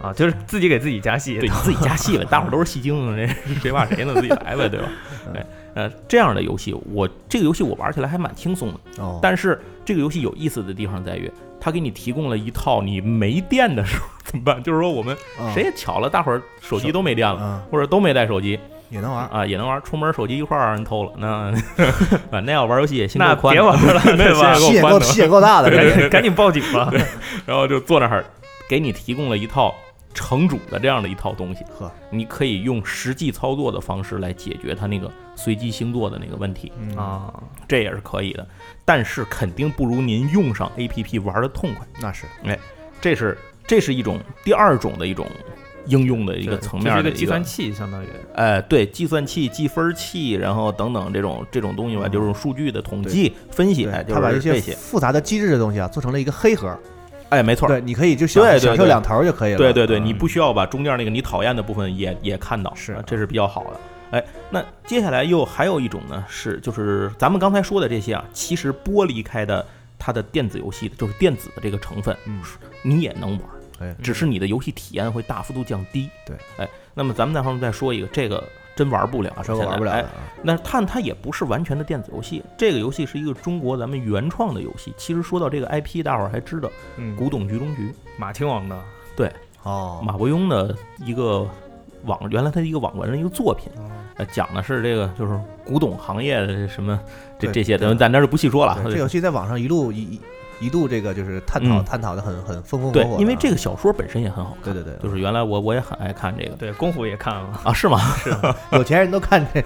Speaker 2: 啊，就是自己给自己加戏。
Speaker 3: 对，你自己加戏呗，大伙儿都是戏精，啊这谁怕谁呢？自己来呗，对吧？对，呃，这样的游戏，我这个游戏我玩起来还蛮轻松的，
Speaker 1: 哦，
Speaker 3: 嗯但是这个游戏有意思的地方在于，它给你提供了一套你没电的时候怎么办？就是说我们
Speaker 1: 嗯
Speaker 3: 谁也巧了，大伙儿手机都没电了。
Speaker 1: 嗯
Speaker 3: 或者都没带手机
Speaker 1: 也能玩，
Speaker 3: 啊，也能玩。出门手机一块儿让人偷了，那 (laughs) 反正要玩游戏也心够
Speaker 2: 那
Speaker 3: 宽
Speaker 2: 别
Speaker 3: 的，
Speaker 2: 玩了，
Speaker 3: (laughs)
Speaker 2: 对吧？
Speaker 1: 戏也够戏也够大的，
Speaker 2: 赶
Speaker 1: 这
Speaker 2: 紧赶紧报警吧！
Speaker 3: 然后就坐那儿，给你提供了一套城主的这样的一套东西，
Speaker 1: 呵，
Speaker 3: 你可以用实际操作的方式来解决它那个随机星座的那个问题，
Speaker 1: 嗯，
Speaker 2: 啊，
Speaker 3: 这也是可以的，但是肯定不如您用上 A P P 玩的痛快，
Speaker 1: 那是
Speaker 3: 这是这是一种第二种的一种应用的一个
Speaker 2: 对
Speaker 3: 层
Speaker 2: 这
Speaker 3: 面
Speaker 2: 是一
Speaker 3: 的
Speaker 2: 个计算器，相当于
Speaker 3: 呃，对，计算器、计分器，然后等等这种这种东西吧，
Speaker 1: 嗯
Speaker 3: 就是数据的统计分析，哎，
Speaker 1: 对
Speaker 3: 就
Speaker 1: 他把一
Speaker 3: 是这
Speaker 1: 些
Speaker 3: 些，
Speaker 1: 复杂的机制的东西啊，做成了一个黑盒，
Speaker 3: 哎，没错儿，
Speaker 1: 对，你可以就享
Speaker 3: 对对
Speaker 1: 享受
Speaker 3: 对
Speaker 1: 两头儿就可以了，
Speaker 3: 对对对，
Speaker 1: 嗯
Speaker 3: 你不需要把中间那个你讨厌的部分也也看到，
Speaker 1: 是
Speaker 3: 啊这是比较好的。哎，那接下来又还有一种呢，是就是咱们刚才说的这些啊，其实剥离开的它的电子游戏的，就是电子的这个成分，
Speaker 1: 嗯，
Speaker 3: 你也能玩，
Speaker 1: 哎嗯
Speaker 3: 只是你的游戏体验会大幅度降低。
Speaker 1: 对，
Speaker 3: 哎，那么咱们再后面再说一个，这个真玩不了，
Speaker 1: 说
Speaker 3: 现
Speaker 1: 个
Speaker 3: 在
Speaker 1: 玩不了
Speaker 3: 哎
Speaker 1: 的啊，
Speaker 3: 那探它也不是完全的电子游戏，这个游戏是一个中国咱们原创的游戏。其实说到这个 IP，大伙儿还知道
Speaker 2: 嗯
Speaker 3: 《古董局中局》
Speaker 2: 马亲王的
Speaker 3: 啊
Speaker 1: 哦，
Speaker 3: 马伯庸的一个网，原来他的一个网文的一个作品，
Speaker 1: 嗯
Speaker 3: 呃，讲的是这个就是古董行业的什么这
Speaker 1: 对
Speaker 3: 这些，
Speaker 1: 对
Speaker 3: 咱咱这儿就不细说了。啊
Speaker 1: 对这游戏在网上一路一一一度这个就是探讨
Speaker 3: 嗯
Speaker 1: 探讨的很很风风火
Speaker 3: 对
Speaker 1: 火的啊。，
Speaker 3: 因为这个小说本身也很好看，
Speaker 1: 对对对，
Speaker 3: 就是原来我我也很爱看这个
Speaker 2: 对，功夫也看了， (laughs)
Speaker 3: 啊，是吗？
Speaker 1: 有钱人都看这，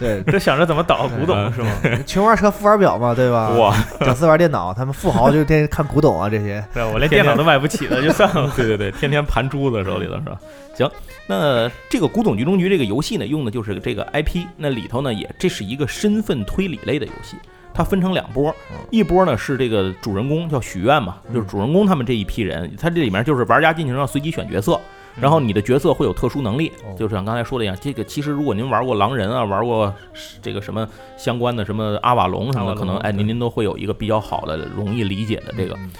Speaker 1: 对
Speaker 2: 这想着怎么倒古
Speaker 3: 嗯
Speaker 2: 董是吗？
Speaker 3: (laughs)
Speaker 1: 对，穷玩车富玩表嘛，对吧？
Speaker 3: 哇，
Speaker 1: 屌丝玩电脑，他们富豪就天天看古董啊这些。
Speaker 2: 对，我连电脑都买不起了，就算了。
Speaker 3: (laughs) 对对对，天天盘珠子手里头是吧？行，那这个《古董局中局》这个游戏呢，用的就是这个 IP，那里头呢也这是一个身份推理类的游戏。它分成两波
Speaker 1: 嗯，
Speaker 3: 一波呢是这个主人公叫许愿嘛，就
Speaker 2: 嗯
Speaker 3: 是主人公他们这一批人，他这里面就是玩家进行上随机选角色，
Speaker 2: 嗯
Speaker 3: 然后你的角色会有特殊能力
Speaker 1: 哦，
Speaker 3: 就像刚才说的一样，这个其实如果您玩过狼人啊，玩过这个什么相关的什么阿瓦隆什
Speaker 2: 阿
Speaker 3: 么
Speaker 2: 瓦
Speaker 3: 的，
Speaker 2: 隆
Speaker 3: 可能哎
Speaker 2: 对
Speaker 3: 您您都会有一个比较好的、容易理解的 (laughs) 这个
Speaker 1: 嗯，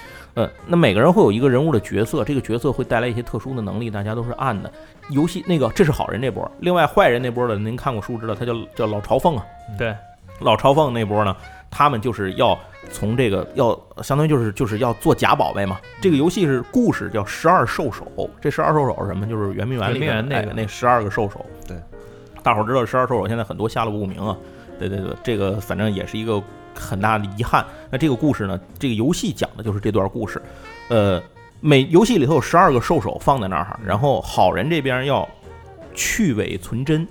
Speaker 3: 呃，那每个人会有一个人物的角色，这个角色会带来一些特殊的能力，大家都是暗的。游戏那个这是好人这波，另外坏人那波的，您看过书知道，他叫叫老朝奉啊，
Speaker 2: 对，
Speaker 3: 老朝奉那波呢，他们就是要从这个要相当于就是就是要做假宝贝嘛。这个游戏是故事叫十二兽首，这十二兽首是什么？就是圆明园
Speaker 2: 圆
Speaker 3: 里
Speaker 2: 明园那
Speaker 3: 那
Speaker 2: 个
Speaker 3: 那十二个兽首。
Speaker 1: 对，
Speaker 3: 大伙儿知道十二兽首现在很多下落不明啊。对对对，这个反正也是一个很大的遗憾。那这个故事呢，这个游戏讲的就是这段故事。呃，每游戏里头有十二个兽首放在那儿，然后好人这边要去伪存真，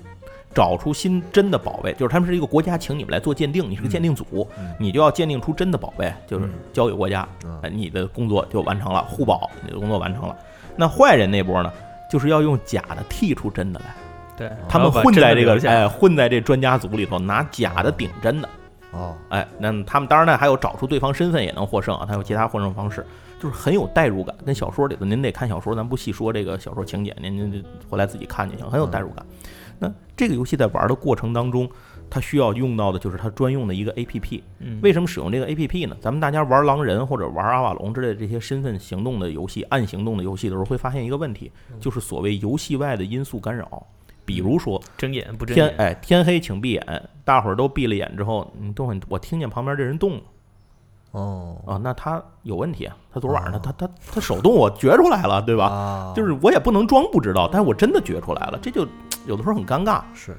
Speaker 3: 找出新真的宝贝，就是他们是一个国家请你们来做鉴定，你是个鉴定组，
Speaker 1: 嗯
Speaker 3: 你就要鉴定出真的宝贝，就是
Speaker 1: 嗯
Speaker 3: 交给国家，
Speaker 1: 嗯
Speaker 3: 哎，你的工作就完成了，互保，你的工作完成了。那坏人那波呢，就是要用假的剔出真的来，
Speaker 2: 对，
Speaker 3: 他
Speaker 2: 然
Speaker 3: 们
Speaker 2: 哦后把
Speaker 3: 混
Speaker 2: 真的
Speaker 3: 在这个
Speaker 2: 留下
Speaker 3: 哎混在这专家组里头，拿假的顶真的。
Speaker 1: 哦，
Speaker 3: 哎，那他们当然呢，还有找出对方身份也能获胜啊，他有其他获胜方式，就是很有代入感，跟小说里头您得看小说，咱不细说这个小说情节，您您您回来自己看就行，很有代入感。那这个游戏在玩的过程当中，它需要用到的就是它专用的一个 APP。
Speaker 2: 嗯
Speaker 3: 为什么使用这个 APP 呢？咱们大家玩狼人或者玩阿瓦隆之类的这些身份行动的游戏、暗行动的游戏的时候，会发现一个问题，就是所谓游戏外的因素干扰，比如说
Speaker 2: 睁眼不睁
Speaker 3: 天
Speaker 2: 眼，
Speaker 3: 哎，天黑请闭眼，大伙儿都闭了眼之后，你等会儿我听见旁边这人动了
Speaker 1: 哦，
Speaker 3: 啊，那他有问题啊，他昨晚上他他他他手动我觉出来了，对吧？
Speaker 1: 啊，
Speaker 3: 就是我也不能装不知道，但是我真的觉出来了，这就有的时候很尴尬。
Speaker 1: 是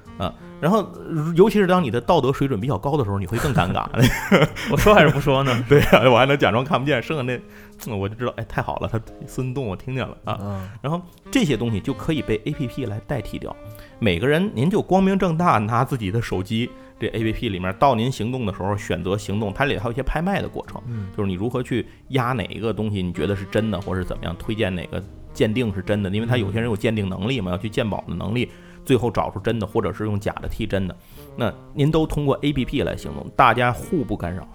Speaker 3: 然后，呃尤其是当你的道德水准比较高的时候，你会更尴尬。 (laughs)
Speaker 2: 我说还是不说呢？
Speaker 3: 对啊呀、我还能假装看不见，剩下那嗯我就知道，哎，太好了，他孙动我听见了啊。
Speaker 1: 嗯
Speaker 3: 然后这些东西就可以被 A P P 来代替掉。每个人您就光明正大拿自己的手机，这 A P P 里面到您行动的时候选择行动，它里头还有一些拍卖的过程，
Speaker 1: 嗯
Speaker 3: 就是你如何去压哪一个东西，你觉得是真的，或是怎么样推荐哪个鉴定是真的，因为他有些人有鉴定能力嘛，要去鉴宝的能力。最后找出真的，或者是用假的替真的，那您都通过 A P P 来行动，大家互不干扰。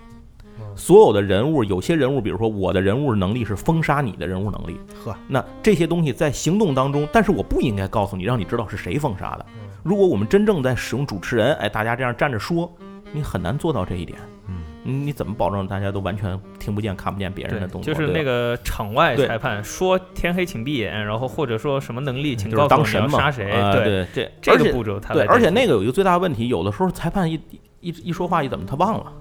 Speaker 3: 所有的人物，有些人物，比如说我的人物能力是封杀你的人物能力，
Speaker 1: 呵，
Speaker 3: 那这些东西在行动当中，但是我不应该告诉你，让你知道是谁封杀的。
Speaker 2: 嗯
Speaker 3: 如果我们真正在使用主持人，哎，大家这样站着说，你很难做到这一点。
Speaker 1: 嗯
Speaker 3: 你你怎么保证大家都完全听不见、看不见别人的
Speaker 2: 对
Speaker 3: 动，作？
Speaker 2: 就是
Speaker 3: 对吧
Speaker 2: 那个场外
Speaker 3: 对
Speaker 2: 裁判说天黑请闭眼，然后或者说什么能力，请
Speaker 3: 嗯就是
Speaker 2: 告诉
Speaker 3: 当
Speaker 2: 我你要
Speaker 3: 神嘛，
Speaker 2: 杀谁。
Speaker 3: 啊
Speaker 2: 对，
Speaker 3: 对，这
Speaker 2: 这
Speaker 3: 而且
Speaker 2: 个步骤他
Speaker 3: 对，而且那
Speaker 2: 个
Speaker 3: 个有一个最大的问题，有的时候裁判一一一说话一怎么他忘了，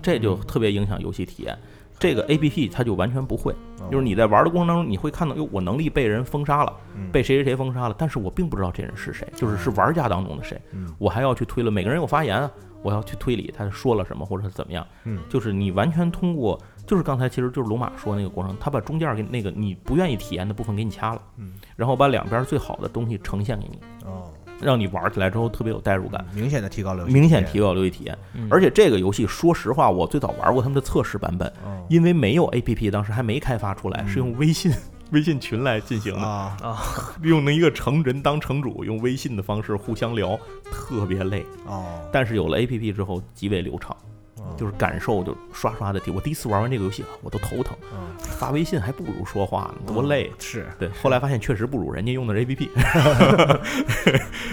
Speaker 3: 这就特别影响游戏体验。这个 A P P 它就完全不会，嗯
Speaker 1: 哦
Speaker 3: 就是你在玩的过程当中，你会看到，哟，我能力被人封杀了，
Speaker 1: 嗯
Speaker 3: 被谁谁谁封杀了，但是我并不知道这人是谁，就是是玩家当中的谁
Speaker 1: 嗯，
Speaker 3: 我还要去推论，每个人有发言啊，我要去推理他说了什么或者是怎么样，
Speaker 1: 嗯
Speaker 3: 就是你完全通过，就是刚才其实就是龙马说那个过程，他把中间给那个你不愿意体验的部分给你掐了，
Speaker 1: 嗯，
Speaker 3: 然后把两边最好的东西呈现给你，
Speaker 1: 哦，
Speaker 3: 让你玩起来之后特别有代入感，
Speaker 1: 明显的提高了，
Speaker 3: 明显提，高游戏体验。
Speaker 2: 嗯
Speaker 3: 而且这个游戏，说实话，我最早玩过他们的测试版本，
Speaker 1: 哦
Speaker 3: 因为没有 APP，当时还没开发出来，
Speaker 1: 嗯
Speaker 3: 是用微信 (laughs) 微信群来进行的，
Speaker 1: 啊
Speaker 3: 用那一个成人当城主，用微信的方式互相聊，特别累。
Speaker 1: 哦，
Speaker 3: 但是有了 APP 之后，极为流畅，
Speaker 1: 哦
Speaker 3: 就是感受就刷刷的提。我第一次玩完这个游戏，啊我都头疼，
Speaker 1: 嗯
Speaker 3: 发微信还不如说话呢，多累。
Speaker 2: 嗯
Speaker 1: 是
Speaker 3: 对，后来发现确实不如人家用的是 APP，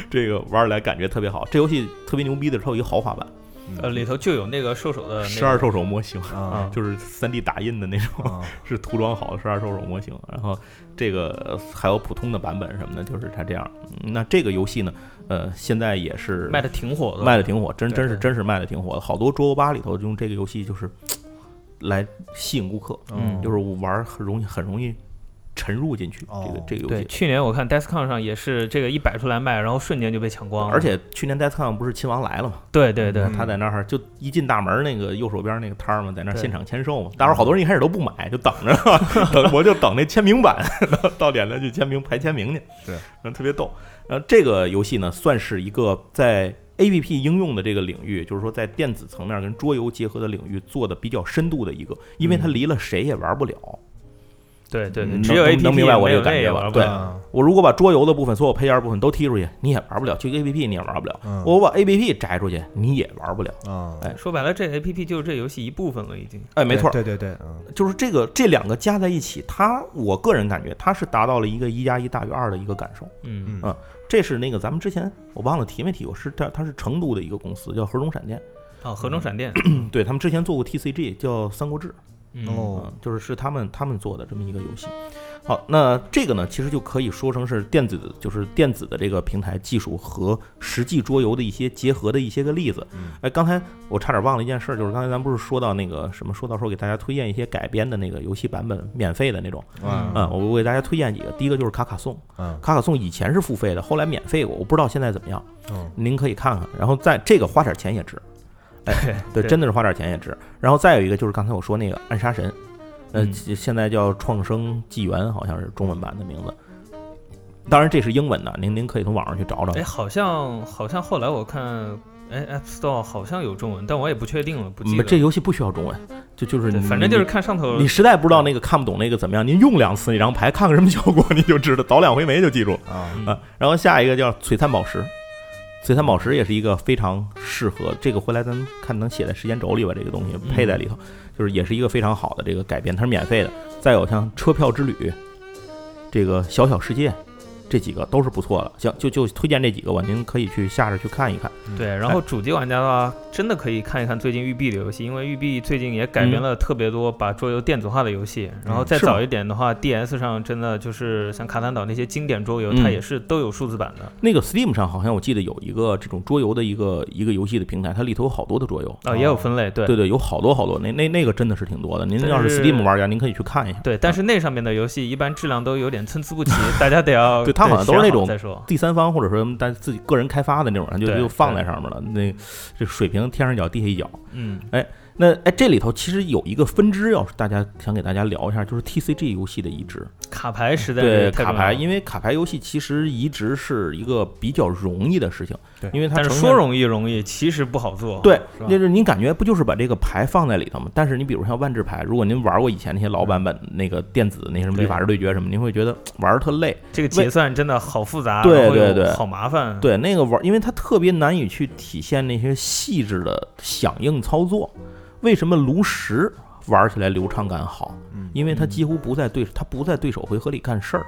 Speaker 3: 这个玩儿来感觉特别好。这游戏特别牛逼的，它有一个豪华版，
Speaker 2: 呃里头就有那个兽首呃的那个
Speaker 3: 十二兽首模型，
Speaker 1: 嗯啊
Speaker 3: 就是3 D 打印的那种，
Speaker 1: 啊
Speaker 3: 是涂装好的十二兽首模型。然后这个呃还有普通的版本什么的，就是它这样。嗯那这个游戏呢，呃，现在也是
Speaker 2: 卖的挺火的，
Speaker 3: 卖的挺火，真
Speaker 2: 对
Speaker 3: 真是
Speaker 2: 对
Speaker 3: 真是卖的挺火的。好多桌游吧里头用这个游戏就是来吸引顾客，
Speaker 2: 嗯
Speaker 1: 哦
Speaker 3: 就是我玩儿很容易很容易沉入进去这个
Speaker 1: 哦
Speaker 3: 这个游
Speaker 2: 对，
Speaker 3: 戏。
Speaker 2: 去年我看 Deskcon 上也是这个一摆出来卖，然后瞬间就被抢光了。
Speaker 3: 而且嗯去年 d e s c o n 不是亲王来了嘛，
Speaker 2: 对对对，
Speaker 1: 嗯
Speaker 3: 他在那儿就一进大门那个右手边那个摊儿嘛，在那儿
Speaker 2: 对
Speaker 3: 现场签售嘛。大
Speaker 1: 嗯
Speaker 3: 伙儿好多人一开始都不买，就等着， (laughs) 等我就等那签名版到到点了去签名排签名去，
Speaker 1: 是
Speaker 3: 嗯，特别逗。然后这个游戏呢，算是一个在 A P P 应用的这个领域，就是说在电子层面跟桌游结合的领域做的比较深度的一个，
Speaker 1: 嗯
Speaker 3: 因为它离了谁也玩不了。
Speaker 2: 对对对，
Speaker 3: 嗯
Speaker 2: 只有
Speaker 3: 能
Speaker 2: A P P
Speaker 3: 能明白我这
Speaker 2: 有
Speaker 3: 个感
Speaker 2: 那
Speaker 3: 觉
Speaker 2: 也
Speaker 3: 吧
Speaker 2: 玩不
Speaker 3: 对
Speaker 2: 了
Speaker 1: 啊
Speaker 3: 我如果把桌游的部分、所有配件部分都踢出去，你也玩不了；就 A P P 你也玩不了。
Speaker 1: 嗯
Speaker 3: 我把 A P P 摘出去，你也玩不了。
Speaker 1: 啊，
Speaker 3: 哦哎
Speaker 2: 说白了，这 A P P 就是这游戏一部分了，已经。
Speaker 3: 哎，没错，
Speaker 1: 对对对，嗯
Speaker 3: 就是这个这两个加在一起，它我个人感觉它是达到了一个一加一大于二的一个感受。
Speaker 2: 嗯
Speaker 1: 嗯
Speaker 3: 嗯这是那个咱们之前我忘了提没提过，是它它是成都的一个公司叫合众闪电，
Speaker 2: 啊，合成
Speaker 3: (laughs)
Speaker 2: 闪电，
Speaker 3: 嗯对他们之前做过 TCG 叫《三国志》，
Speaker 2: 嗯，
Speaker 1: 哦
Speaker 3: 嗯，就是是他们他们做的这么一个游戏。好，那这个呢，其实就可以说成是电子，就是电子的这个平台技术和实际桌游的一些结合的一些个例子
Speaker 1: 嗯。
Speaker 3: 哎，刚才我差点忘了一件事儿，就是刚才咱不是说到那个什么，说到说给大家推荐一些改编的那个游戏版本，免费的那种。
Speaker 1: 啊
Speaker 3: 嗯，我我给大家推荐几个，第一个就是卡卡颂，
Speaker 1: 嗯
Speaker 3: 卡卡颂以前是付费的，后来免费过，我不知道现在怎么样，
Speaker 1: 嗯
Speaker 3: 您可以看看。然后在这个花点钱也值，哎
Speaker 2: 对
Speaker 3: 对，真的是花点钱也值。然后再有一个就是刚才我说那个暗杀神，呃，
Speaker 2: 嗯
Speaker 3: 其现在叫创生纪元，好像是中文版的名字。当然这是英文的，您您可以从网上去找找
Speaker 2: 哎，。好像好像后来我看，哎，App Store 好像有中文，但我也不确定了，不记
Speaker 3: 嗯
Speaker 2: 得。
Speaker 3: 这游戏不需要中文，就就是
Speaker 2: 对
Speaker 3: 你
Speaker 2: 反正就是看上头
Speaker 3: 你。你实在不知道那个看不懂那个怎么样，您用两次那张牌看看什么效果， (laughs) 你就知道，倒两回霉就记住了。
Speaker 1: 啊
Speaker 2: 嗯
Speaker 3: 啊，然后下一个叫璀璨宝石，璀璨宝石也是一个非常适合这个，回来咱们看能写在时间轴里吧，这个东西
Speaker 2: 嗯
Speaker 3: 配在里头，就是也是一个非常好的这个改编，它是免费的。再有像车票之旅，这个小小世界。这几个都是不错的，行，就就推荐这几个吧，您可以去下着去看一看。
Speaker 2: 对，然后主机玩家的话，真的可以看一看最近育碧的游戏，因为育碧最近也改编了特别多把桌游电子化的游戏。然后再
Speaker 3: 嗯是吗
Speaker 2: 早一点的话，DS 上真的就是像卡坦岛那些经典桌游，它
Speaker 3: 嗯
Speaker 2: 也是都有数字版的。
Speaker 3: 那个 Steam 上好像我记得有一个这种桌游的一个一个游戏的平台，它里头有好多的桌游，
Speaker 2: 啊，也有分类，对
Speaker 3: 对对，有好多好多，那那那个真的是挺多的。您要是
Speaker 2: 但是
Speaker 3: Steam 玩家，您可以去看一下。
Speaker 2: 对但是那上面的游戏一般质量都有点参差
Speaker 3: (laughs)
Speaker 2: 不齐，大家得要
Speaker 3: 对它好像都是那
Speaker 2: 选
Speaker 3: 种
Speaker 2: 再说，
Speaker 3: 第三方或者说咱自己个人开发的那种，就
Speaker 2: 对
Speaker 3: 就放在上面了。那这水平天上一脚地下一脚。
Speaker 2: 嗯，
Speaker 3: 那哎，这里头其实有一个分支，要是大家想给大家聊一下，就是 TCG 游戏的移植。
Speaker 2: 卡牌实在
Speaker 3: 对
Speaker 2: 是太
Speaker 3: 卡
Speaker 2: 重要了
Speaker 3: 牌，因为卡牌游戏其实移植是一个比较容易的事情，
Speaker 1: 对
Speaker 3: 因为它
Speaker 2: 但是
Speaker 3: 呈
Speaker 2: 说
Speaker 3: 现
Speaker 2: 容易容易，其实不好做。
Speaker 3: 对，
Speaker 1: 是吧
Speaker 3: 就是您感觉不就是把这个牌放在里头吗？但是你比如像万智牌，如果您玩过以前那些老版本那个电子那些什么
Speaker 2: 对
Speaker 3: 律法师对决什么，您会觉得嘖玩儿特累。
Speaker 2: 这个结算真的好复杂，
Speaker 3: 对
Speaker 2: 然后又
Speaker 3: 对对
Speaker 2: 好麻烦。
Speaker 3: 对，那个玩儿，因为它特别难以去体现那些细致的响应操作。为什么炉石玩起来流畅感好？
Speaker 1: 嗯
Speaker 3: 因为它几乎不在
Speaker 2: 嗯
Speaker 3: 对，它不在对手回合里干事儿，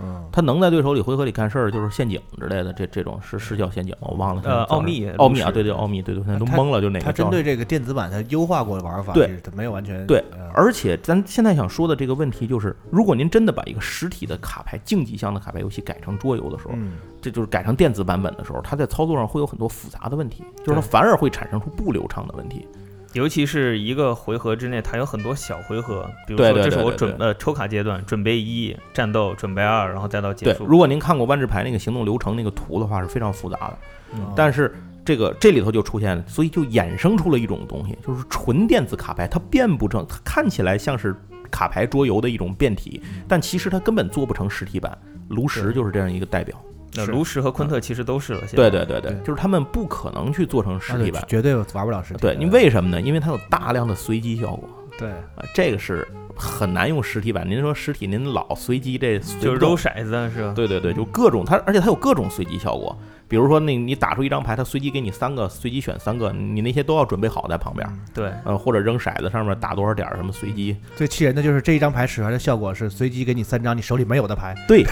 Speaker 1: 嗯
Speaker 3: 它能在对手里回合里干事儿，就是陷阱之类的，这这种是是叫陷阱吗，我忘了。
Speaker 2: 呃
Speaker 3: 叫
Speaker 2: 奥秘
Speaker 3: 什么奥秘
Speaker 2: 炉
Speaker 3: 啊，
Speaker 2: 石
Speaker 3: 对对，奥秘，对对，现在都
Speaker 1: 它
Speaker 3: 懵了，就哪
Speaker 1: 它
Speaker 3: 个
Speaker 1: 针
Speaker 3: 叫？
Speaker 1: 对这个电子版，它优化过玩法，
Speaker 3: 对
Speaker 1: 其实它没有完全
Speaker 3: 对
Speaker 1: 嗯
Speaker 3: 而且咱现在想说的这个问题就是，如果您真的把一个实体的卡牌竞技项的卡牌游戏改成桌游的时候，
Speaker 1: 嗯
Speaker 3: 这就是改成电子版本的时候，它在操作上会有很多复杂的问题，就是它
Speaker 2: 对
Speaker 3: 反而会产生出不流畅的问题。
Speaker 2: 尤其是一个回合之内，它有很多小回合，比如说
Speaker 3: 对对
Speaker 2: 这是
Speaker 3: 对
Speaker 2: 我
Speaker 3: 对
Speaker 2: 准呃抽卡阶段，准备一战斗，准备二，然后再到结
Speaker 3: 对，
Speaker 2: 束。
Speaker 3: 如果您看过万智牌那个行动流程那个图的话，是非常复杂的。
Speaker 2: 嗯
Speaker 3: 但是这个这里头就出现，所以就衍生出了一种东西，就是纯电子卡牌，它变不成，它看起来像是卡牌桌游的一种变体，
Speaker 2: 嗯
Speaker 3: 但其实它根本做不成实体版。炉石
Speaker 1: 对
Speaker 3: 就是这样一个代表。
Speaker 2: 那
Speaker 1: 是
Speaker 2: 炉石和昆特其实都是了。现
Speaker 3: 对
Speaker 2: 在
Speaker 3: 对对对
Speaker 1: 对，
Speaker 3: 就是他们不可能去做成实体版
Speaker 1: 啊。绝对玩不了实体
Speaker 3: 对
Speaker 1: 版。
Speaker 3: 你为什么呢？因为它有大量的随机效果
Speaker 1: 对
Speaker 3: 啊，这个是很难用实体版。您说实体，您老随机这随不
Speaker 2: 就是
Speaker 3: 动
Speaker 2: 揉骰子是吧？
Speaker 3: 对对对，就各种它，而且它有各种随机效果。比如说，那你打出一张牌，它随机给你三个，随机选三个，你那些都要准备好在旁边。
Speaker 1: 嗯
Speaker 2: 对
Speaker 3: 呃，或者扔骰子上面打多少点儿什么
Speaker 1: (laughs)
Speaker 3: 随机，
Speaker 1: 最气人的就是这一张牌使出来的效果是随机给你三张你手里没有的
Speaker 3: (laughs)
Speaker 1: 牌，
Speaker 3: 对，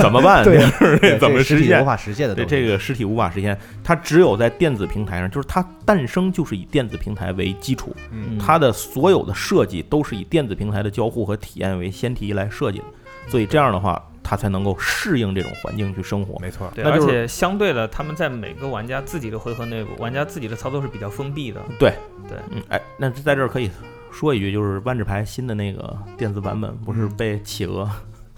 Speaker 3: 怎么办？
Speaker 1: 对
Speaker 3: 这
Speaker 1: 对
Speaker 3: 是怎
Speaker 1: 这
Speaker 3: 么
Speaker 1: 是实
Speaker 3: 实
Speaker 1: 体无
Speaker 3: 现？
Speaker 1: 法实现的
Speaker 3: 对，
Speaker 1: 东西。
Speaker 3: 这个实体无法实现，它只有在电子平台上，就是它诞生就是以电子平台为基础，
Speaker 1: 嗯
Speaker 2: 嗯
Speaker 3: 它的所有的设计都是以电子平台的交互和体验为先提来设计的，所以这样的话，它才能够适应这种环境去生活。
Speaker 1: 没错，
Speaker 2: 对，
Speaker 3: 那
Speaker 2: 而
Speaker 3: 就是
Speaker 2: 且相对的，他们在每个玩家自己的回合内部，玩家自己的操作是比较封闭的。
Speaker 3: 对
Speaker 2: 对
Speaker 3: 嗯，哎，那
Speaker 1: 嗯
Speaker 3: 在这儿可以说一句，就是万智牌新的那个电子版本不是被企鹅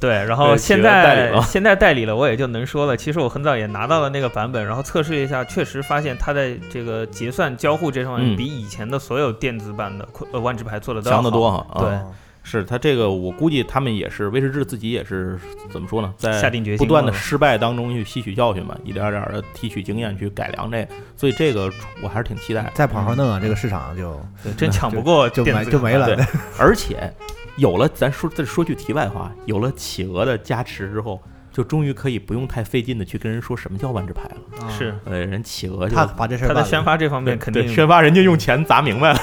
Speaker 2: 对，然后
Speaker 3: 对
Speaker 2: 现
Speaker 3: 企鹅代理
Speaker 2: 在 (laughs)
Speaker 3: 了
Speaker 2: 现在代理了，我也就能说了。其实我很早也拿到了那个版本，然后测试了一下，确实发现它在这个结算交互这方面
Speaker 3: 嗯
Speaker 2: 比以前的所有电子版的呃万智牌做的都要
Speaker 3: 强得多
Speaker 2: 好。
Speaker 3: 哈。啊
Speaker 2: 对
Speaker 1: 哦
Speaker 3: 是他这个，我估计他们也是威士忌自己也是怎么说呢，在
Speaker 2: 下定决心
Speaker 3: 不断的
Speaker 2: 了
Speaker 3: 失败当中去吸取教训吧，一点点的提取经验去改良这个，所以这个嗯我还是挺期待的。
Speaker 1: 再不好好弄啊，这个市场就
Speaker 2: 对， (laughs) 真抢不过
Speaker 1: 就
Speaker 2: 电
Speaker 1: 没
Speaker 2: 子
Speaker 1: 就没了。
Speaker 3: 对而且有了，咱说再说句题外话，有了企鹅的加持之后，就终于可以不用太费劲的去跟人说什么叫万智牌了。
Speaker 1: 啊
Speaker 2: 是
Speaker 3: 呃，人企鹅就
Speaker 1: 他把这事儿
Speaker 2: 它在
Speaker 1: 办
Speaker 2: 宣
Speaker 1: 了
Speaker 2: 发这方
Speaker 3: 对
Speaker 2: 面肯
Speaker 3: 对
Speaker 2: 定
Speaker 3: 宣发人家用钱砸明白了，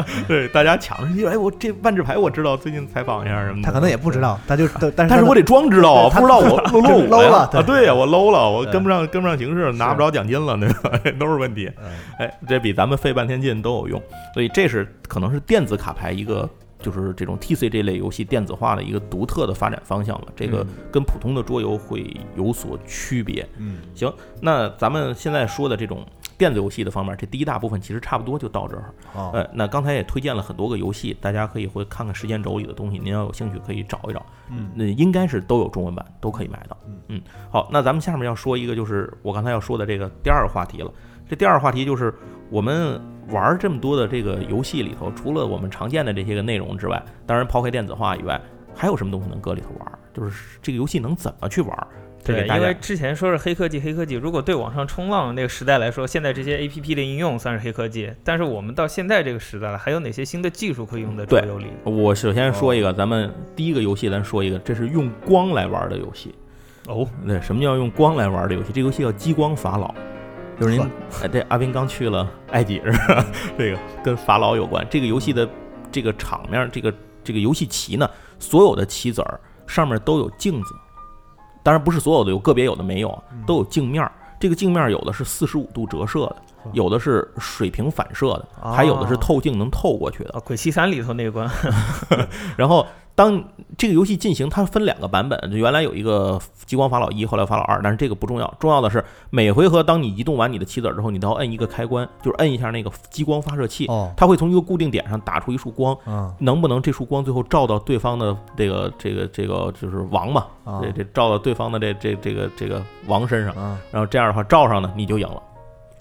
Speaker 3: (laughs) 对大家抢着去，哎，我这万智牌我知道，最近采访一下什么的，
Speaker 1: 他可能也不知道，他就但是
Speaker 3: 嗯但是我
Speaker 1: 得
Speaker 3: 得装知道啊，
Speaker 1: 对他
Speaker 3: 不知道我
Speaker 1: 就
Speaker 3: 我
Speaker 1: low 了对
Speaker 3: 啊，对呀，我 low 了，我
Speaker 1: 对
Speaker 3: 跟不上跟不上形势，拿不着奖金了，对吧？ (laughs) 这都是问题。
Speaker 1: 嗯
Speaker 3: 哎，这比咱们费半天劲都有用，所以这是可能是电子卡牌一个。就是这种 TC 这类游戏电子化的一个独特的发展方向吧，这个
Speaker 2: 嗯
Speaker 3: 跟普通的桌游会有所区别。
Speaker 1: 嗯
Speaker 3: 那咱们现在说的这种电子游戏的方面，这第一大部分其实差不多就到这儿。
Speaker 1: 哦
Speaker 3: 呃，那刚才也推荐了很多个游戏，大家可以会看看时间轴里的东西，您要有兴趣可以找一找。
Speaker 1: 嗯
Speaker 3: 那应该是都有中文版，都可以买到
Speaker 1: 嗯。
Speaker 3: 嗯，好，那咱们下面要说一个，就是我刚才要说的这个第二个话题了。这第二个话题就是我们玩儿这么多的这个游戏里头，除了我们常见的这些个内容之外，当然抛开电子化以外，还有什么东西能搁里头玩儿？就是这个游戏能怎么去玩儿？这
Speaker 2: 对，
Speaker 3: 给大
Speaker 2: 因
Speaker 3: 家
Speaker 2: 为之前说是黑科技，黑科技如果对网上冲浪那个时代来说，现在这些 A P P 的应用算是黑科技，但是我们到现在这个时代了，还有哪些新的技术可以用在桌
Speaker 3: 对
Speaker 2: 游里？
Speaker 3: 我首先说一个，咱们第一个游戏，咱说一个，这是用光来玩的游戏。
Speaker 2: 哦，
Speaker 3: 对，什么叫用光来玩的游戏？这游戏叫激光法老，就是您
Speaker 1: 呵，
Speaker 3: 哎，这阿斌刚去了埃及是吧？ (laughs) 这个跟法老有关。这个游戏的这个场面，这个这个游戏棋呢，所有的棋子儿上面都有镜子，当然不是所有的，有个别有的没有啊，都有镜面儿。这个镜面儿有的是四十五度折射的，有的是水平反射的，还有的是
Speaker 2: 哦
Speaker 3: 透镜能透过去的。
Speaker 2: 哦，《鬼泣三》里头那一关，
Speaker 3: 然后当这个游戏进行，它分两个版本，就原来有一个激光法老一，后来法老二，但是这个不重要，重要的是每回合当你移动完你的棋子儿之后，你都要摁一个开关，就是摁一下那个激光发射器，
Speaker 1: 哦
Speaker 3: 它会从一个固定点上打出一束光。
Speaker 1: 嗯
Speaker 3: 能不能这束光最后照到对方的这个这个这个就是王嘛？
Speaker 1: 啊
Speaker 3: 这这照到对方的这这这个这个王身上，
Speaker 1: 啊
Speaker 3: 然后这样的话照上呢，你就赢了。